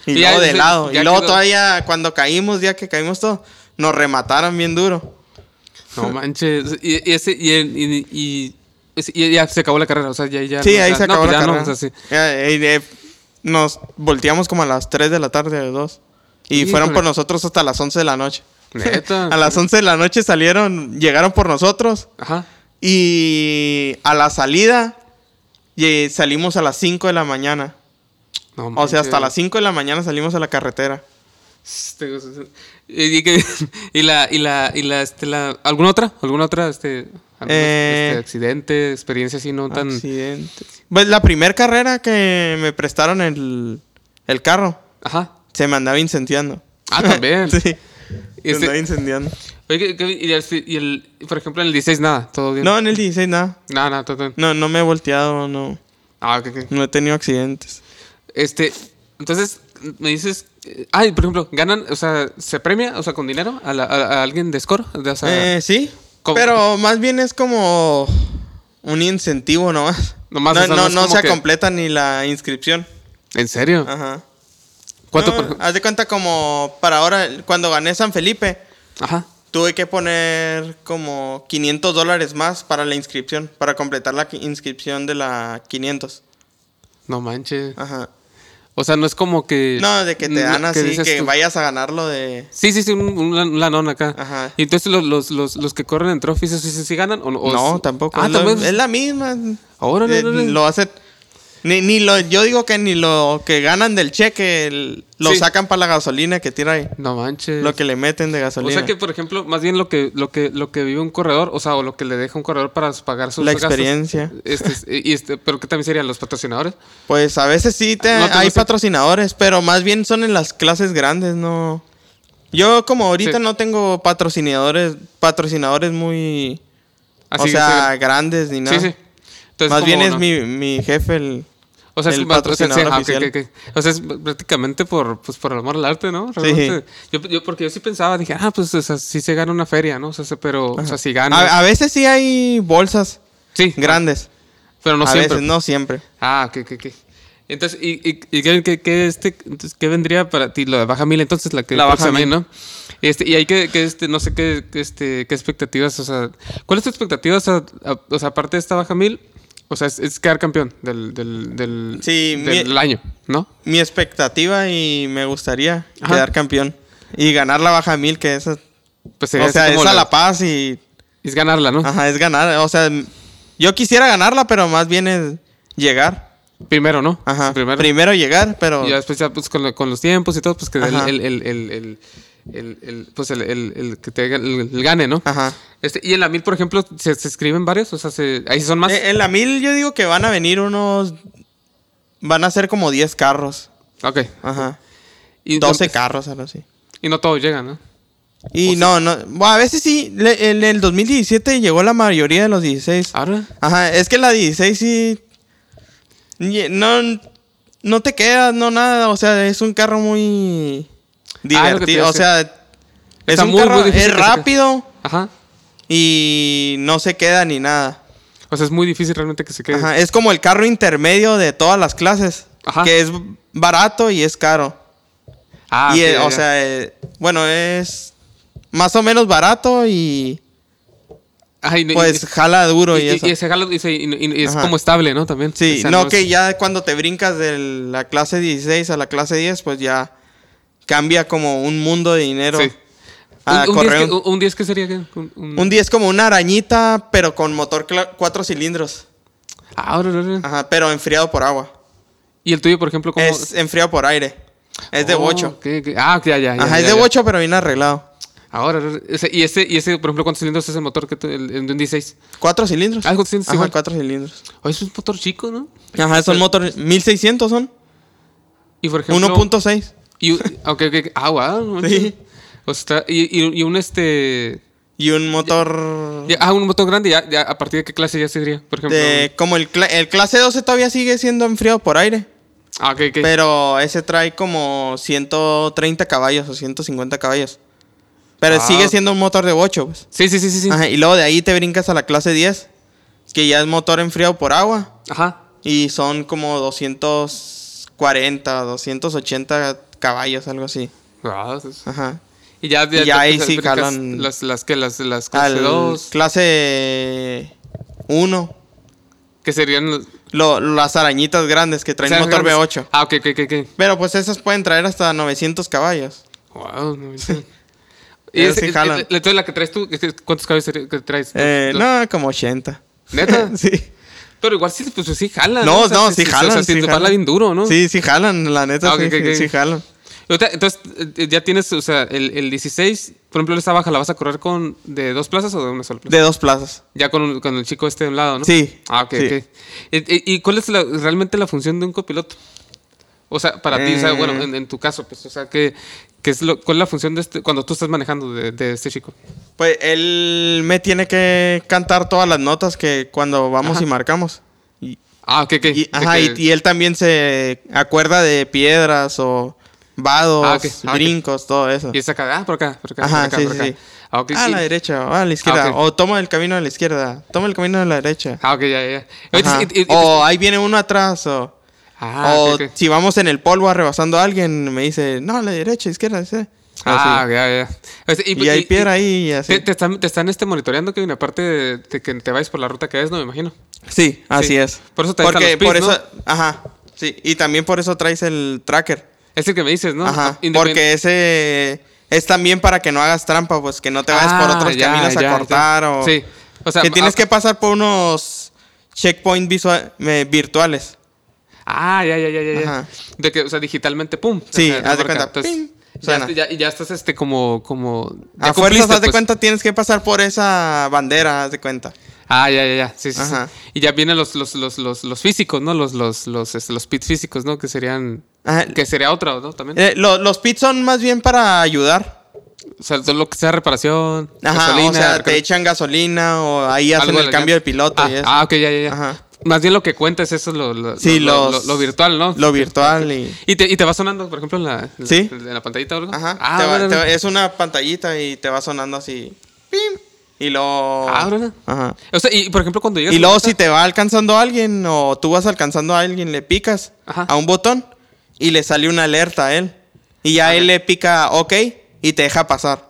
[SPEAKER 6] Y,
[SPEAKER 2] ya,
[SPEAKER 6] luego de
[SPEAKER 2] se-
[SPEAKER 6] lado.
[SPEAKER 2] ya
[SPEAKER 6] Y luego
[SPEAKER 2] quedó-
[SPEAKER 6] todavía cuando caímos, ya que caímos todo, nos remataron bien duro.
[SPEAKER 2] No manches. Y, y ese, y, el- y- y es- y ya se acabó la carrera, o sea, ya, ya.
[SPEAKER 6] Sí,
[SPEAKER 2] no,
[SPEAKER 6] ahí
[SPEAKER 2] ya-
[SPEAKER 6] se
[SPEAKER 2] no,
[SPEAKER 6] acabó
[SPEAKER 2] pues
[SPEAKER 6] la
[SPEAKER 2] ya no,
[SPEAKER 6] carrera.
[SPEAKER 2] o sea, sí.
[SPEAKER 6] Ya, eh, eh, nos volteamos como a las 3 de la tarde, a las 2. Y
[SPEAKER 2] Híjole.
[SPEAKER 6] fueron por nosotros hasta las 11 de la noche.
[SPEAKER 2] Neta.
[SPEAKER 6] a las 11 de la noche salieron, llegaron por nosotros.
[SPEAKER 2] Ajá.
[SPEAKER 6] Y a la salida ye- salimos a las 5 de la mañana.
[SPEAKER 2] No
[SPEAKER 6] O sea,
[SPEAKER 2] manches.
[SPEAKER 6] hasta las 5 de la mañana salimos a la carretera.
[SPEAKER 2] Este, o sea, y, y que- y la, y la, y la, este, la, ¿alguna otra? ¿Alguna otra, este, algún,
[SPEAKER 6] Eh.
[SPEAKER 2] este, accidente, experiencia así no tan...
[SPEAKER 6] Accidente. Pues la primera carrera que me prestaron el, el carro,
[SPEAKER 2] Ajá.
[SPEAKER 6] se me andaba incendiando.
[SPEAKER 2] Ah, también.
[SPEAKER 6] sí,
[SPEAKER 2] Y
[SPEAKER 6] se
[SPEAKER 2] este-
[SPEAKER 6] andaba incendiando.
[SPEAKER 2] oye, ¿qué- qué- y, este- y el, por ejemplo, en el 16 nada, todo bien.
[SPEAKER 6] No, en el 16 nada.
[SPEAKER 2] Nada, nada, todo bien.
[SPEAKER 6] No, no me he volteado, no.
[SPEAKER 2] Ah, ok, ok.
[SPEAKER 6] No he tenido accidentes.
[SPEAKER 2] Este, entonces, me dices... eh, Ay, por ejemplo, ganan, o sea, ¿se premia, o sea, con dinero a, la- a- a alguien de score? De- o sea,
[SPEAKER 6] Eh, sí.
[SPEAKER 2] ¿cómo?
[SPEAKER 6] Pero más bien es como un incentivo nomás.
[SPEAKER 2] Nomás,
[SPEAKER 6] no
[SPEAKER 2] o sea, no
[SPEAKER 6] no,
[SPEAKER 2] es
[SPEAKER 6] no
[SPEAKER 2] como
[SPEAKER 6] se
[SPEAKER 2] que-
[SPEAKER 6] completa ni la inscripción.
[SPEAKER 2] ¿En serio?
[SPEAKER 6] Ajá.
[SPEAKER 2] ¿Cuánto
[SPEAKER 6] ah, No, ah.
[SPEAKER 2] por ejemplo?
[SPEAKER 6] Haz de cuenta como para ahora, cuando gané San Felipe,
[SPEAKER 2] Ajá.
[SPEAKER 6] tuve que poner como 500 dólares más para la inscripción, para completar la qui- inscripción de la 500.
[SPEAKER 2] No manches.
[SPEAKER 6] Ajá.
[SPEAKER 2] O sea, no es como que...
[SPEAKER 6] No, de que te dan
[SPEAKER 2] no,
[SPEAKER 6] así, que,
[SPEAKER 2] dices tú-
[SPEAKER 6] vayas a ganarlo de...
[SPEAKER 2] Sí, sí, sí, un, un lan- un lanón acá.
[SPEAKER 6] Ajá.
[SPEAKER 2] Y entonces los, los, los, los que corren en trophies, ¿sí, sí, sí ganan o no? O
[SPEAKER 6] no,
[SPEAKER 2] es-
[SPEAKER 6] tampoco.
[SPEAKER 2] Ah,
[SPEAKER 6] es, lo-
[SPEAKER 2] también.
[SPEAKER 6] es la misma.
[SPEAKER 2] Órale,
[SPEAKER 6] Eh,
[SPEAKER 2] órale.
[SPEAKER 6] Lo hace... Ni, ni lo, yo digo que ni lo que ganan del cheque el- lo
[SPEAKER 2] Sí.
[SPEAKER 6] sacan para la gasolina que tira ahí.
[SPEAKER 2] No manches.
[SPEAKER 6] Lo que le meten de
[SPEAKER 2] o
[SPEAKER 6] gasolina.
[SPEAKER 2] sea que, por ejemplo, más bien lo que, lo que, lo que vive un corredor, o sea, o lo que le deja un corredor para pagar sus
[SPEAKER 6] La
[SPEAKER 2] gastos,
[SPEAKER 6] experiencia.
[SPEAKER 2] este, es- y este, pero que también serían los patrocinadores.
[SPEAKER 6] Pues a veces sí te-
[SPEAKER 2] Ah, No te
[SPEAKER 6] hay
[SPEAKER 2] gusta.
[SPEAKER 6] patrocinadores, pero más bien son en las clases grandes, no. Yo como ahorita
[SPEAKER 2] Sí.
[SPEAKER 6] no tengo patrocinadores, patrocinadores muy, o
[SPEAKER 2] Así
[SPEAKER 6] sea,
[SPEAKER 2] que-
[SPEAKER 6] grandes ni nada.
[SPEAKER 2] Ah, sí, sí. Entonces,
[SPEAKER 6] más
[SPEAKER 2] como
[SPEAKER 6] bien es
[SPEAKER 2] no-
[SPEAKER 6] mi, mi jefe el,
[SPEAKER 2] o sea, es
[SPEAKER 6] el
[SPEAKER 2] como- o sea,
[SPEAKER 6] patrocinador
[SPEAKER 2] sí, ah, ok,
[SPEAKER 6] oficial.
[SPEAKER 2] ok, ok. O sea, es prácticamente por, pues, por el amor al arte, ¿no? Realmente. Yo, yo- porque yo sí pensaba, dije, ah, pues, o sea, sí se gana una feria, ¿no? O sea, se- pero, o sea, si gana.
[SPEAKER 6] A, a veces sí hay bolsas
[SPEAKER 2] sí,
[SPEAKER 6] grandes,
[SPEAKER 2] Pero no
[SPEAKER 6] a
[SPEAKER 2] siempre.
[SPEAKER 6] veces no siempre.
[SPEAKER 2] Ah, ok, ok, ok. Entonces, ¿y, y, y qué, qué- qué, este, entonces, ¿qué vendría para ti? La baja mil, entonces, la que
[SPEAKER 6] La baja
[SPEAKER 2] próxima,
[SPEAKER 6] mil.
[SPEAKER 2] ¿no? Este, y hay que, que este, no sé qué, qué, este, qué expectativas, o sea, ¿cuál es tu expectativa? O sea, a- o sea, aparte de esta baja mil, o sea, es, es quedar campeón del, del, del,
[SPEAKER 6] Sí,
[SPEAKER 2] del
[SPEAKER 6] mi-
[SPEAKER 2] año, ¿no?
[SPEAKER 6] Mi expectativa y me gustaría
[SPEAKER 2] Ajá.
[SPEAKER 6] quedar campeón y ganar la baja mil que esa,
[SPEAKER 2] Pues
[SPEAKER 6] o
[SPEAKER 2] así
[SPEAKER 6] sea,
[SPEAKER 2] como
[SPEAKER 6] es a la paz y
[SPEAKER 2] Es ganarla, ¿no?
[SPEAKER 6] Ajá, es ganar. O sea, m- yo quisiera ganarla, pero más bien es llegar.
[SPEAKER 2] Primero, ¿no?
[SPEAKER 6] Ajá. Primero,
[SPEAKER 2] Primero.
[SPEAKER 6] llegar, pero.
[SPEAKER 2] Y ya después ya, pues, con, lo- con los tiempos y todo, pues que el,
[SPEAKER 6] Ajá.
[SPEAKER 2] el, el, el, el- el- el- pues el, el- el que te el- el gane, ¿no?
[SPEAKER 6] Ajá.
[SPEAKER 2] Este, y en la mil, por ejemplo, se, se escriben varios, o sea, se, ahí sí son más.
[SPEAKER 6] Eh, En la mil yo digo que van a venir unos. Van a ser como 10 carros.
[SPEAKER 2] ok.
[SPEAKER 6] Ajá.
[SPEAKER 2] Y
[SPEAKER 6] 12
[SPEAKER 2] no,
[SPEAKER 6] carros, algo así.
[SPEAKER 2] Y no todos llegan, ¿no?
[SPEAKER 6] Y no, no. bueno, a veces sí. le- en el 2017 llegó la mayoría de los 16.
[SPEAKER 2] Ahora.
[SPEAKER 6] Ajá, es que la 16 sí. Ye- No, no te quedas, no nada. O sea, es un carro muy
[SPEAKER 2] Ah, lo que te
[SPEAKER 6] divertido.
[SPEAKER 2] iba a
[SPEAKER 6] o sea, es
[SPEAKER 2] Está
[SPEAKER 6] un
[SPEAKER 2] muy,
[SPEAKER 6] carro.
[SPEAKER 2] muy difícil
[SPEAKER 6] es
[SPEAKER 2] que se quede.
[SPEAKER 6] rápido
[SPEAKER 2] Ajá.
[SPEAKER 6] y no se queda ni nada.
[SPEAKER 2] O sea, es muy difícil realmente que se quede.
[SPEAKER 6] Ajá, eh, es como el carro intermedio de todas las clases.
[SPEAKER 2] Ajá.
[SPEAKER 6] Que es barato y es caro.
[SPEAKER 2] Ah,
[SPEAKER 6] y
[SPEAKER 2] ok,
[SPEAKER 6] es-
[SPEAKER 2] ya,
[SPEAKER 6] o
[SPEAKER 2] ya.
[SPEAKER 6] sea, eh, bueno, es más o menos barato y
[SPEAKER 2] Ajá, y no- y-
[SPEAKER 6] pues
[SPEAKER 2] y-
[SPEAKER 6] jala duro y,
[SPEAKER 2] y-
[SPEAKER 6] eso.
[SPEAKER 2] y ese jalo- y se- y- y- y es
[SPEAKER 6] Ajá.
[SPEAKER 2] como estable, ¿no? También.
[SPEAKER 6] Sí,
[SPEAKER 2] O sea,
[SPEAKER 6] no,
[SPEAKER 2] es-
[SPEAKER 6] que ya cuando te brincas de la clase 16 a la clase 10, pues ya cambia como un mundo de dinero.
[SPEAKER 2] Sí.
[SPEAKER 6] a
[SPEAKER 2] un, un
[SPEAKER 6] correr
[SPEAKER 2] 10 que,
[SPEAKER 6] Ah, un-
[SPEAKER 2] un- un 10 que sería. ¿qué? Un, un-
[SPEAKER 6] Un 10 es como una arañita, pero con motor cla- cuatro cilindros.
[SPEAKER 2] Ah, ahora, ahora.
[SPEAKER 6] Ajá, pero enfriado por agua.
[SPEAKER 2] Y el tuyo, por ejemplo, ¿cómo?
[SPEAKER 6] Es enfriado por aire. Es de
[SPEAKER 2] Oh,
[SPEAKER 6] 8.
[SPEAKER 2] ok, ok. Ah, ya, ya. ya,
[SPEAKER 6] Ajá, es
[SPEAKER 2] ya,
[SPEAKER 6] de
[SPEAKER 2] ya.
[SPEAKER 6] 8, pero bien arreglado.
[SPEAKER 2] Ahora, ahora, ese- y, ese, y ese, por ejemplo, ¿cuántos cilindros es ese motor que tú- el, el de un 16?
[SPEAKER 6] ¿Cuatro cilindros?
[SPEAKER 2] Ah, ¿cuatro cilindros
[SPEAKER 6] Ajá,
[SPEAKER 2] igual?
[SPEAKER 6] cuatro cilindros.
[SPEAKER 2] Oh, es un motor chico, ¿no?
[SPEAKER 6] Ajá, son motores. 1600 son.
[SPEAKER 2] Y por ejemplo...
[SPEAKER 6] 1.6.
[SPEAKER 2] Y, un- ok, ok, ok. Ah, wow. no manches.
[SPEAKER 6] Sí.
[SPEAKER 2] O sea, y, y- y un este...
[SPEAKER 6] Y un motor.
[SPEAKER 2] ya- ah, un motor grande, ya, ya, ¿a partir de qué clase ya sería? Por ejemplo...
[SPEAKER 6] de- como el, cla- el clase 12 todavía sigue siendo enfriado por aire.
[SPEAKER 2] ah, ok, ok.
[SPEAKER 6] Pero ese trae como 130 caballos o 150 caballos. Pero
[SPEAKER 2] Ah.
[SPEAKER 6] sigue siendo un motor de 8, pues.
[SPEAKER 2] sí, sí, sí, sí. sí. Ajá.
[SPEAKER 6] Ajá, y luego de ahí te brincas a la clase 10, que ya es motor enfriado por agua. Y son como 240, 280 caballos, algo así.
[SPEAKER 2] Ah, es-
[SPEAKER 6] Ajá.
[SPEAKER 2] y ya,
[SPEAKER 6] Y ya ahí
[SPEAKER 2] pues,
[SPEAKER 6] sí
[SPEAKER 2] brincas
[SPEAKER 6] jalan-
[SPEAKER 2] Las, las que, las, las clase
[SPEAKER 6] Al
[SPEAKER 2] 2.
[SPEAKER 6] clase 1
[SPEAKER 2] Que serían los-
[SPEAKER 6] Lo- las arañitas grandes que traen
[SPEAKER 2] o sea,
[SPEAKER 6] motor
[SPEAKER 2] grandes.
[SPEAKER 6] V8.
[SPEAKER 2] Ah, ok, ok, ok. ok.
[SPEAKER 6] Pero pues esas pueden traer hasta 900 caballos.
[SPEAKER 2] Wow, no manches. Y
[SPEAKER 6] Pero
[SPEAKER 2] es,
[SPEAKER 6] sí
[SPEAKER 2] es-
[SPEAKER 6] jalan.
[SPEAKER 2] es- entonces la que traes tú, es que ¿cuántos caballos sería que traes?
[SPEAKER 6] Eh,
[SPEAKER 2] Los-
[SPEAKER 6] no, como 80.
[SPEAKER 2] ¿Neta?
[SPEAKER 6] sí.
[SPEAKER 2] Pero igual sí, pues sí jalan.
[SPEAKER 6] No,
[SPEAKER 2] O sea,
[SPEAKER 6] no, sí jalan.
[SPEAKER 2] O sea, sin
[SPEAKER 6] sí
[SPEAKER 2] toparla
[SPEAKER 6] jalan.
[SPEAKER 2] bien duro, ¿no?
[SPEAKER 6] Sí, sí jalan, la neta,
[SPEAKER 2] Ah, ok,
[SPEAKER 6] sí,
[SPEAKER 2] ok, ok.
[SPEAKER 6] sí jalan.
[SPEAKER 2] Y ahorita, Entonces, eh, ya tienes, o sea, el, el 16, por ejemplo, esa baja la vas a correr con de dos plazas o de una sola plaza?
[SPEAKER 6] De dos plazas.
[SPEAKER 2] Ya con, un- con el chico este de un lado, ¿no?
[SPEAKER 6] Sí,
[SPEAKER 2] Ah, ok,
[SPEAKER 6] sí.
[SPEAKER 2] ok. ¿Y, y- y cuál es la- realmente la función de un copiloto? O sea, para ti, o sea,
[SPEAKER 6] Eh.
[SPEAKER 2] bueno, en, en tu caso, pues, o sea, ¿qué, qué es lo, ¿cuál es la función de este, cuando tú estás manejando de, de este chico?
[SPEAKER 6] Pues él me tiene que cantar todas las notas que cuando vamos
[SPEAKER 2] Ajá.
[SPEAKER 6] y marcamos. Y,
[SPEAKER 2] Ah, ok, ok.
[SPEAKER 6] y-
[SPEAKER 2] De
[SPEAKER 6] ajá, y,
[SPEAKER 2] que-
[SPEAKER 6] y él también se acuerda de piedras o vados,
[SPEAKER 2] Ah, ok, ah, ok.
[SPEAKER 6] brincos, todo eso.
[SPEAKER 2] y es acá, ah, por acá, por acá,
[SPEAKER 6] Ajá,
[SPEAKER 2] por acá,
[SPEAKER 6] sí,
[SPEAKER 2] por
[SPEAKER 6] sí,
[SPEAKER 2] acá.
[SPEAKER 6] sí.
[SPEAKER 2] Ah, ok,
[SPEAKER 6] a
[SPEAKER 2] y-
[SPEAKER 6] la derecha, o a la izquierda.
[SPEAKER 2] Ah, ok.
[SPEAKER 6] O toma el camino de la izquierda. Toma el camino de la derecha.
[SPEAKER 2] Ah, ok, ya, ya, ya. Ahorita-
[SPEAKER 6] Ajá.
[SPEAKER 2] y- pues- y- y-
[SPEAKER 6] o ahí viene uno atrás. O,
[SPEAKER 2] ah,
[SPEAKER 6] o
[SPEAKER 2] ok, ok.
[SPEAKER 6] si vamos en el polvo arrebasando a alguien, me dice, no, a la derecha, izquierda. sí".
[SPEAKER 2] Ah,
[SPEAKER 6] Así.
[SPEAKER 2] ya, ya. O sea,
[SPEAKER 6] Y hay piedra ahí y así.
[SPEAKER 2] Te, te están, te están este monitoreando, Kevin, aparte de, de que te vayas por la ruta que es, no me imagino.
[SPEAKER 6] Sí, así
[SPEAKER 2] Sí.
[SPEAKER 6] es.
[SPEAKER 2] Por eso te
[SPEAKER 6] Porque
[SPEAKER 2] dejan los
[SPEAKER 6] por
[SPEAKER 2] pins,
[SPEAKER 6] eso, ajá. Sí, y también por eso traes el tracker.
[SPEAKER 2] Es el que me dices, ¿no? ah,
[SPEAKER 6] Ajá.
[SPEAKER 2] Independ-
[SPEAKER 6] Porque ese es también para que no hagas trampa, pues que no te vayas por
[SPEAKER 2] Ah,
[SPEAKER 6] otros
[SPEAKER 2] ya,
[SPEAKER 6] caminos
[SPEAKER 2] ya,
[SPEAKER 6] a cortar
[SPEAKER 2] ya.
[SPEAKER 6] o
[SPEAKER 2] Sí. O sea,
[SPEAKER 6] que tienes
[SPEAKER 2] ah,
[SPEAKER 6] que pasar por unos checkpoint visua- me- virtuales.
[SPEAKER 2] Ah, ya, ya, ya, ya, ya.
[SPEAKER 6] Ajá.
[SPEAKER 2] De que, o sea, digitalmente, pum.
[SPEAKER 6] Sí,
[SPEAKER 2] O sea,
[SPEAKER 6] haz
[SPEAKER 2] marca.
[SPEAKER 6] de cuenta,
[SPEAKER 2] Entonces,
[SPEAKER 6] pim,
[SPEAKER 2] ya,
[SPEAKER 6] suena.
[SPEAKER 2] ya- ya estás este como, como. ya
[SPEAKER 6] A fuerzas,
[SPEAKER 2] cumpliste,
[SPEAKER 6] haz de
[SPEAKER 2] pues.
[SPEAKER 6] cuenta, tienes que pasar por esa bandera, haz de cuenta.
[SPEAKER 2] Ah, ya, ya, ya. Sí, sí, sí.
[SPEAKER 6] Ajá.
[SPEAKER 2] Y ya vienen los, los, los, los, los físicos, ¿no? Los, los, los, este, los pits físicos, ¿no? Que serían.
[SPEAKER 6] Ajá.
[SPEAKER 2] Que sería otra, ¿no? También.
[SPEAKER 6] Eh, lo- los pits son más bien para ayudar.
[SPEAKER 2] O sea, todo lo que sea reparación,
[SPEAKER 6] Ajá,
[SPEAKER 2] gasolina,
[SPEAKER 6] o sea,
[SPEAKER 2] recarga-
[SPEAKER 6] te echan gasolina o ahí hacen
[SPEAKER 2] Algo de
[SPEAKER 6] el
[SPEAKER 2] la
[SPEAKER 6] cambio de
[SPEAKER 2] llanta.
[SPEAKER 6] piloto
[SPEAKER 2] Ah,
[SPEAKER 6] y eso.
[SPEAKER 2] ah, ok, ya, ya, ya.
[SPEAKER 6] Ajá.
[SPEAKER 2] Más bien lo que cuenta es eso, lo, lo,
[SPEAKER 6] Sí,
[SPEAKER 2] lo,
[SPEAKER 6] los-
[SPEAKER 2] lo- lo virtual, ¿no?
[SPEAKER 6] Lo virtual y...
[SPEAKER 2] Y te, y te va sonando, por ejemplo, en la, en la-
[SPEAKER 6] Sí.
[SPEAKER 2] en la pantallita o algo.
[SPEAKER 6] Ajá.
[SPEAKER 2] Ah,
[SPEAKER 6] te va-
[SPEAKER 2] órale.
[SPEAKER 6] te va- es una pantallita y te va sonando así. ¡Pim! Y luego.
[SPEAKER 2] Ah, órale.
[SPEAKER 6] Ajá.
[SPEAKER 2] O sea, y por ejemplo, cuando llegas.
[SPEAKER 6] Y
[SPEAKER 2] a
[SPEAKER 6] luego
[SPEAKER 2] la meta-
[SPEAKER 6] si te va alcanzando alguien o tú vas alcanzando a alguien, le picas
[SPEAKER 2] Ajá.
[SPEAKER 6] a un botón y le sale una alerta a él. Y ya él le pica OK y te deja pasar.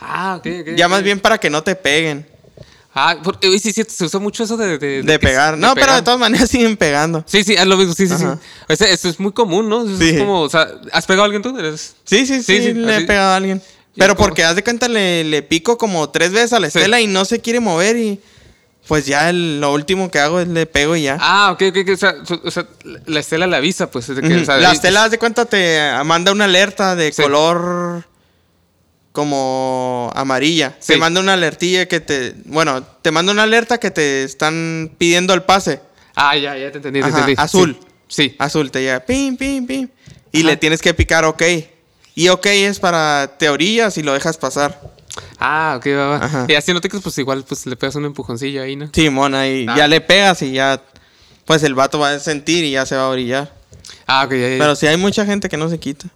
[SPEAKER 2] Ah, ok, ok.
[SPEAKER 6] Ya
[SPEAKER 2] ok.
[SPEAKER 6] más bien para que no te peguen.
[SPEAKER 2] Ah, porque, uy, sí, sí, se usa mucho eso de. De,
[SPEAKER 6] De,
[SPEAKER 2] de que-
[SPEAKER 6] pegar.
[SPEAKER 2] de
[SPEAKER 6] No, pero
[SPEAKER 2] pegar.
[SPEAKER 6] de todas maneras siguen pegando.
[SPEAKER 2] Sí, sí, es lo mismo, sí, sí, sí.
[SPEAKER 6] Ajá.
[SPEAKER 2] O sea, eso es muy común, ¿no? Eso Es
[SPEAKER 6] Sí.
[SPEAKER 2] como, o sea, ¿has pegado a alguien tú? Eres-
[SPEAKER 6] Sí, sí,
[SPEAKER 2] Sí,
[SPEAKER 6] sí,
[SPEAKER 2] sí,
[SPEAKER 6] le
[SPEAKER 2] así.
[SPEAKER 6] he pegado a alguien.
[SPEAKER 2] Y
[SPEAKER 6] Pero
[SPEAKER 2] como-
[SPEAKER 6] porque haz de cuenta le, le pico como tres veces a la
[SPEAKER 2] Sí.
[SPEAKER 6] estela y no se quiere mover y pues ya el- lo último que hago es le pego y ya.
[SPEAKER 2] Ah, ok, ok, ok. O sea, su- o sea, la- la estela le avisa, pues. De que,
[SPEAKER 6] Ujú.
[SPEAKER 2] o sea,
[SPEAKER 6] la
[SPEAKER 2] ahí-
[SPEAKER 6] estela haz de cuenta te ah, manda una alerta de
[SPEAKER 2] Sí.
[SPEAKER 6] color como amarilla.
[SPEAKER 2] Sí.
[SPEAKER 6] Te manda una alertilla que te, bueno, te manda una alerta que te están pidiendo el pase.
[SPEAKER 2] Ah, ya, ya te entendí, te
[SPEAKER 6] Ajá,
[SPEAKER 2] entendí.
[SPEAKER 6] azul.
[SPEAKER 2] Sí. sí.
[SPEAKER 6] Azul te llega, pim, pim, pim. Y
[SPEAKER 2] Ajá.
[SPEAKER 6] le tienes que picar OK. Y OK es para te orillas y lo dejas pasar.
[SPEAKER 2] Ah, ok, va, va.
[SPEAKER 6] Ajá.
[SPEAKER 2] Y así no te quedas, pues igual pues le pegas un empujoncillo ahí, ¿no?
[SPEAKER 6] Sí, mona, y
[SPEAKER 2] Ah.
[SPEAKER 6] ya le pegas y ya. Pues el vato va a sentir y ya se va a brillar.
[SPEAKER 2] Ah, ok, ya, ya.
[SPEAKER 6] Pero si hay mucha gente que no se quita.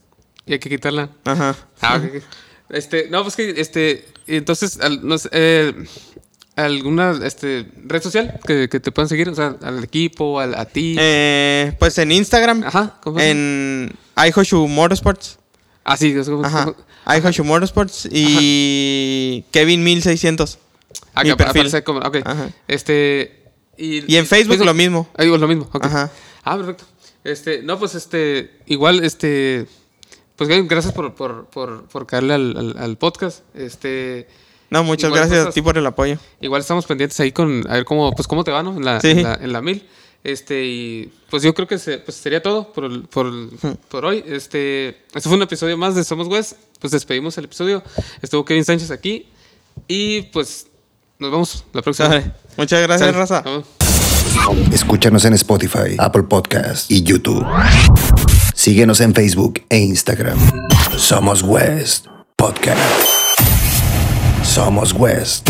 [SPEAKER 2] Y hay que quitarla.
[SPEAKER 6] Ajá.
[SPEAKER 2] Ah, ok. ok. Este, no, pues que, este, entonces, al- no sé, eh, ¿alguna este, red social que, que te puedan seguir? O sea, al equipo, al, a ti.
[SPEAKER 6] Eh, pues en Instagram.
[SPEAKER 2] Ajá, ¿cómo se
[SPEAKER 6] En iHoshu Motorsports.
[SPEAKER 2] ah, sí, es como-
[SPEAKER 6] Ajá.
[SPEAKER 2] como-
[SPEAKER 6] iHoshu Motorsports y Kevin 1600.
[SPEAKER 2] Ah,
[SPEAKER 6] Mi
[SPEAKER 2] que
[SPEAKER 6] perfil.
[SPEAKER 2] aparece como- ok.
[SPEAKER 6] Ajá.
[SPEAKER 2] Este. Y,
[SPEAKER 6] Y en Facebook lo mismo.
[SPEAKER 2] Ah, igual lo mismo. ok.
[SPEAKER 6] Ajá.
[SPEAKER 2] Ah, perfecto. Este, no, pues este. Igual, este. Pues Gabe, gracias por, por, por, por caerle al, al- al podcast. Este.
[SPEAKER 6] No, muchas
[SPEAKER 2] Igual pues,
[SPEAKER 6] gracias
[SPEAKER 2] cosas.
[SPEAKER 6] a ti por el apoyo.
[SPEAKER 2] Igual estamos pendientes ahí con. A ver cómo, pues, cómo te va, ¿no? En la,
[SPEAKER 6] Sí.
[SPEAKER 2] en la, en la mil. Este, y pues yo creo que se- pues, sería todo por, el- por, el- por hoy. Este, este fue un episodio más de Somos West. Pues despedimos el episodio. Estuvo Kevin Sánchez aquí. Y pues nos vemos la próxima.
[SPEAKER 6] Sale. Muchas gracias,
[SPEAKER 2] Sale.
[SPEAKER 6] Raza.
[SPEAKER 2] Nos vemos.
[SPEAKER 1] Escúchanos en Spotify, Apple Podcasts y YouTube. Síguenos en Facebook e Instagram. Somos West Podcast. Somos West